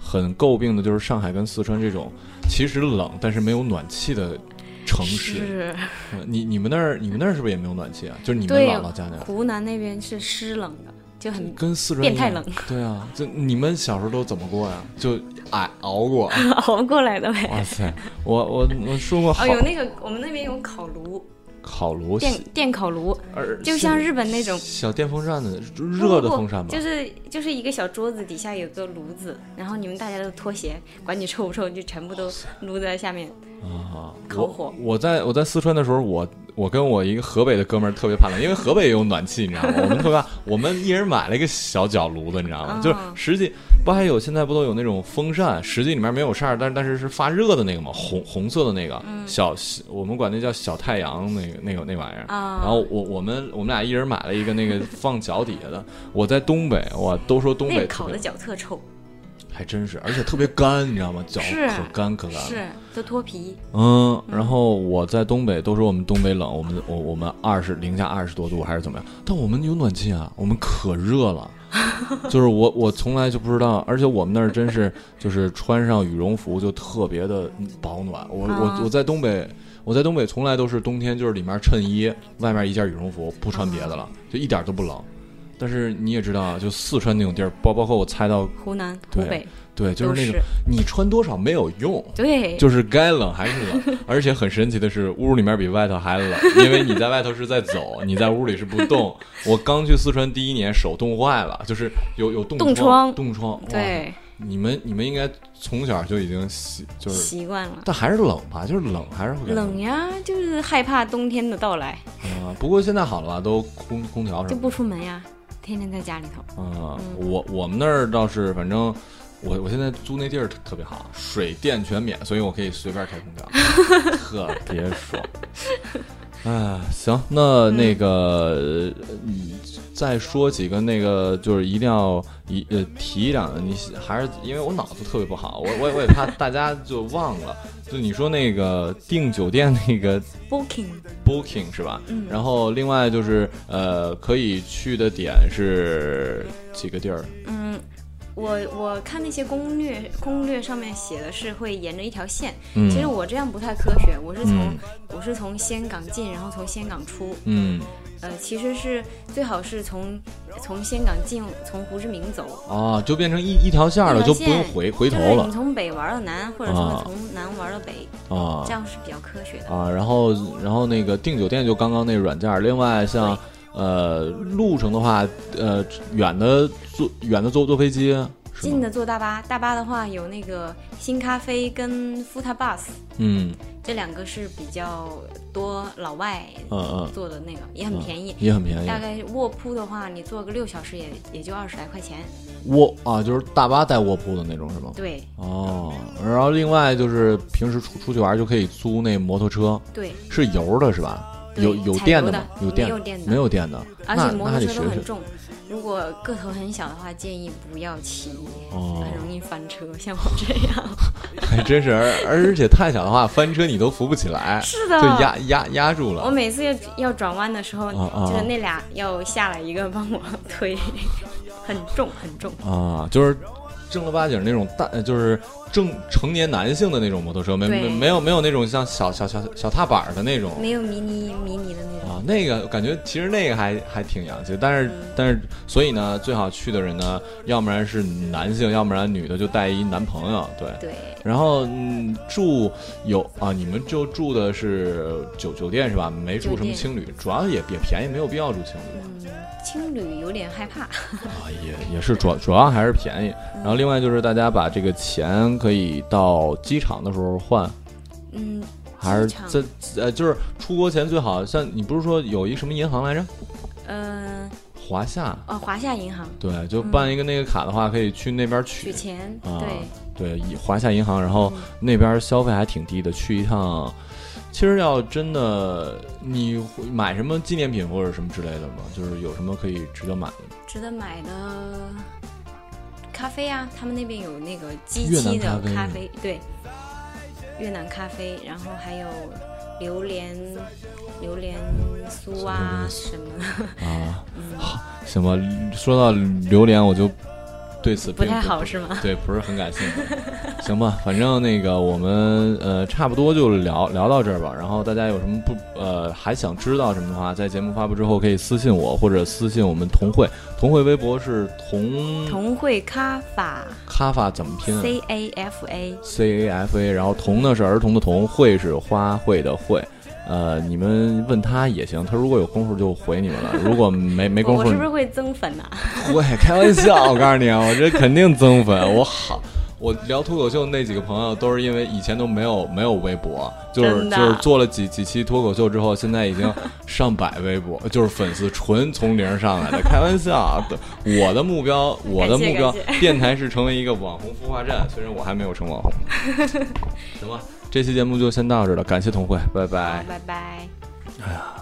Speaker 1: 很诟病的就是上海跟四川这种其实冷但是没有暖气的城市。
Speaker 2: 是
Speaker 1: 嗯你你们那儿你们那儿是不是也没有暖气啊？就是你们
Speaker 2: 对
Speaker 1: 姥姥家那儿。
Speaker 2: 湖南那边是湿冷的，就很
Speaker 1: 跟四川
Speaker 2: 变
Speaker 1: 一
Speaker 2: 态
Speaker 1: 样
Speaker 2: 冷。
Speaker 1: 对啊，就你们小时候都怎么过呀？就矮熬过。啊
Speaker 2: 熬过来的呗。
Speaker 1: 哇塞，我我我说过好
Speaker 2: 哦，有那个我们那边有烤炉，
Speaker 1: 烤炉，
Speaker 2: 哦电电烤炉，
Speaker 1: 而
Speaker 2: 就像日本那种
Speaker 1: 小电风扇的热的风扇吧
Speaker 2: 不不不，就是就是一个小桌子底下有个炉子，然后你们大家都脱鞋，管你臭不臭，你就全部
Speaker 1: 哦
Speaker 2: 都撸在下面。
Speaker 1: 啊，
Speaker 2: 烤
Speaker 1: 我
Speaker 2: 火
Speaker 1: 我在我在四川的时候，我我跟我一个河北的哥们儿特别怕冷，因为河北也有暖气，你知道吗？我们特别怕，我们一人买了一个小脚炉子，你知道吗？
Speaker 2: 啊
Speaker 1: 就是实际不还有现在不都有那种风扇，实际里面没有扇儿，但但是是发热的那个嘛，红红色的那个、
Speaker 2: 嗯
Speaker 1: 小，我们管那叫小太阳那个那个那玩意儿。
Speaker 2: 啊
Speaker 1: 然后我我们我们俩一人买了一个那个放脚底下的，我在东北，我都说东
Speaker 2: 那
Speaker 1: 北
Speaker 2: 个
Speaker 1: 特
Speaker 2: 烤的
Speaker 1: 别
Speaker 2: 脚特臭，
Speaker 1: 还真是，而且特别干，你知道吗？脚
Speaker 2: 是
Speaker 1: 可干可干了。
Speaker 2: 是都脱皮。
Speaker 1: 嗯，然后我在东北都说我们东北冷，我们我我们二十零下二十多度还是怎么样，但我们有暖气啊，我们可热 了。就是我我从来就不知道，而且我们那儿真是就是穿上羽绒服就特别的保暖。我
Speaker 2: 啊
Speaker 1: 我我在东北，我在东北从来都是冬天就是里面衬衣，外面一件羽绒服，不穿别的
Speaker 2: 啊
Speaker 1: 了，就一点都不冷。但是你也知道啊，就四川那种地儿，包包括我猜到，
Speaker 2: 湖南、湖
Speaker 1: 对
Speaker 2: 北
Speaker 1: 对，就
Speaker 2: 都
Speaker 1: 是那
Speaker 2: 是
Speaker 1: 种你穿多少没有用，
Speaker 2: 对，
Speaker 1: 就是该冷还是冷，而且很神奇的是，屋里面比外头还冷，因为你在外头是在走，你在屋里是不动。我刚去四川第一年，手冻坏了，就是有有冻
Speaker 2: 冻
Speaker 1: 疮，
Speaker 2: 疮
Speaker 1: 冻疮。哇
Speaker 2: 对
Speaker 1: 你们你们应该从小就已经习就是，
Speaker 2: 习惯了。
Speaker 1: 但还是冷吧，就是冷还是会感觉
Speaker 2: 冷呀，就是害怕冬天的到来，
Speaker 1: 啊。不过现在好了吧，都空空调什
Speaker 2: 就
Speaker 1: 么
Speaker 2: 不出门呀，天天在家里头。
Speaker 1: 的啊。我我们那儿倒是，反正我我现在租那地儿特特别好，水电全免，所以我可以随便开空调。特别爽。哎，行，那那个，呃你再说几个那个，就是一定要一呃提两个，你还是因为我脑子特别不好，我我也我也怕大家就忘了。就你说那个订酒店那个
Speaker 2: Booking
Speaker 1: booking 是吧？嗯。然后另外就是呃，可以去的点是几个地儿？
Speaker 2: 嗯，我我看那些攻略，攻略上面写的是会沿着一条线。
Speaker 1: 嗯
Speaker 2: 其实我这样不太科学，我是从、
Speaker 1: 嗯
Speaker 2: 我是从仙港进，然后从仙港出。
Speaker 1: 嗯，
Speaker 2: 呃，其实是最好是从从仙港进，从胡志明走。
Speaker 1: 哦，就变成一一条线儿了，
Speaker 2: 一
Speaker 1: 就
Speaker 2: 条
Speaker 1: 不用
Speaker 2: 线
Speaker 1: 回回头
Speaker 2: 就是
Speaker 1: 了
Speaker 2: 你从北玩到南，或者
Speaker 1: 啊
Speaker 2: 说从南玩到北，
Speaker 1: 啊。
Speaker 2: 这样是比较科学的。
Speaker 1: 啊，然后然后那个订酒店就刚刚那软件儿，另外像呃路程的话，呃远的坐远的坐坐飞机，是
Speaker 2: 近
Speaker 1: 吗
Speaker 2: 的坐大巴，大巴的话有那个新咖啡跟 Futa Bus
Speaker 1: 嗯
Speaker 2: 这两个是比较多老外
Speaker 1: 嗯嗯，
Speaker 2: 坐的那个，也很
Speaker 1: 嗯
Speaker 2: 便宜。
Speaker 1: 也很便宜
Speaker 2: 大。概卧铺的话，你坐个六小时也也就二十来块钱。
Speaker 1: 卧啊，就是大巴带卧铺的那种是吗？
Speaker 2: 对
Speaker 1: 哦，然后另外就是平时出出去玩就可以租那摩托车，
Speaker 2: 对，
Speaker 1: 是油的是吧？
Speaker 2: 对
Speaker 1: 有有
Speaker 2: 踩
Speaker 1: 电
Speaker 2: 油
Speaker 1: 吗
Speaker 2: 的？
Speaker 1: 有电
Speaker 2: 没有电的
Speaker 1: 没有电的，
Speaker 2: 而
Speaker 1: 那
Speaker 2: 且摩
Speaker 1: 那还
Speaker 2: 托
Speaker 1: 得
Speaker 2: 车都
Speaker 1: 学学
Speaker 2: 很。重，如果个头很小的话，建议不要骑，
Speaker 1: 哦
Speaker 2: 很容易翻车。像我这 样，
Speaker 1: 还真是，而而且太小的话，翻车你都扶不起 来，
Speaker 2: 是
Speaker 1: 就
Speaker 2: 的，
Speaker 1: 压压压住了。
Speaker 2: 嗯我每次要要转弯的时候，
Speaker 1: 啊啊
Speaker 2: 就是那俩要下来一个帮我推， 很重很重。
Speaker 1: 啊，就是正儿八经那种大，呃就是正成年男性的那种摩托车，没没
Speaker 2: 对
Speaker 1: 没有没有那种像小小小小踏板儿的那种
Speaker 2: 没有迷你迷你的那种，
Speaker 1: 啊，那个感觉其实那个还还挺洋气，但
Speaker 2: 嗯
Speaker 1: 是但是所以呢，最好去的人呢，要不然是男性，要不然女的就带一男朋友，对。
Speaker 2: 对，
Speaker 1: 然后嗯，住有啊，你们就住的是酒酒店是吧？没住
Speaker 2: 酒
Speaker 1: 什么
Speaker 2: 店
Speaker 1: 青旅，主要也也便宜，没有必要住青旅。
Speaker 2: 嗯，青旅有点害怕，
Speaker 1: 啊，也也是主要主要还是便宜，
Speaker 2: 嗯
Speaker 1: 然后另外就是大家把这个钱可以到机场的时候换，
Speaker 2: 嗯，
Speaker 1: 还是
Speaker 2: 机场
Speaker 1: 在呃就是出国前最好像你不是说有一什么银行来着？
Speaker 2: 嗯、
Speaker 1: 华夏
Speaker 2: 哦，华夏银行
Speaker 1: 对，就办一个那个卡的话，可以去那边取
Speaker 2: 取钱，
Speaker 1: 啊
Speaker 2: 对，嗯
Speaker 1: 对，以华夏银行，然后那边消费还挺低的，去一趟。其实要真的，你会买什么纪念品或者什么之类的吗？就是有什么可以值得买的？
Speaker 2: 值得买的咖啡啊，他们那边有那个机
Speaker 1: 越南
Speaker 2: 器的
Speaker 1: 咖啡
Speaker 2: 咖啡，对，越南咖啡，然后还有榴莲、榴莲酥啊什么的，
Speaker 1: 啊，
Speaker 2: 嗯
Speaker 1: 好，行吧。说到榴莲，我就对此
Speaker 2: 不
Speaker 1: 并
Speaker 2: 太好是吗？
Speaker 1: 对，不是很感兴趣。行吧，反正那个我们呃差不多就聊聊到这儿吧。然后大家有什么不呃还想知道什么的话，在节目发布之后可以私信我，或者私信我们同会。同会微博是同
Speaker 2: 同汇咖法
Speaker 1: 咖法怎么拼啊
Speaker 2: C A F A，
Speaker 1: C A F A，然后同呢是儿童的童，会是花卉的会。呃，你们问他也行，他如果有功夫就回你们了，如果没没
Speaker 3: 我
Speaker 1: 功
Speaker 3: 我
Speaker 1: 夫
Speaker 3: 是，不是会增粉呐、
Speaker 2: 啊
Speaker 1: 我也开玩笑， 我告诉你啊，我这肯定增粉，我好。我聊脱口秀那几个朋友都是因为以前都没有没有微博，就是
Speaker 3: 真的
Speaker 1: 就是做了几几期脱口秀之后，现在已经上百微博，就是粉丝纯从零上来的。开玩笑啊，我的 目标，我的
Speaker 3: 感谢
Speaker 1: 目标
Speaker 3: 感，
Speaker 1: 电台是成为一个网红孵化站，虽然我还没有成 网红。行吧，这期节目就先到这儿了，感谢童慧，拜拜。
Speaker 3: 拜拜。
Speaker 1: 哎呀，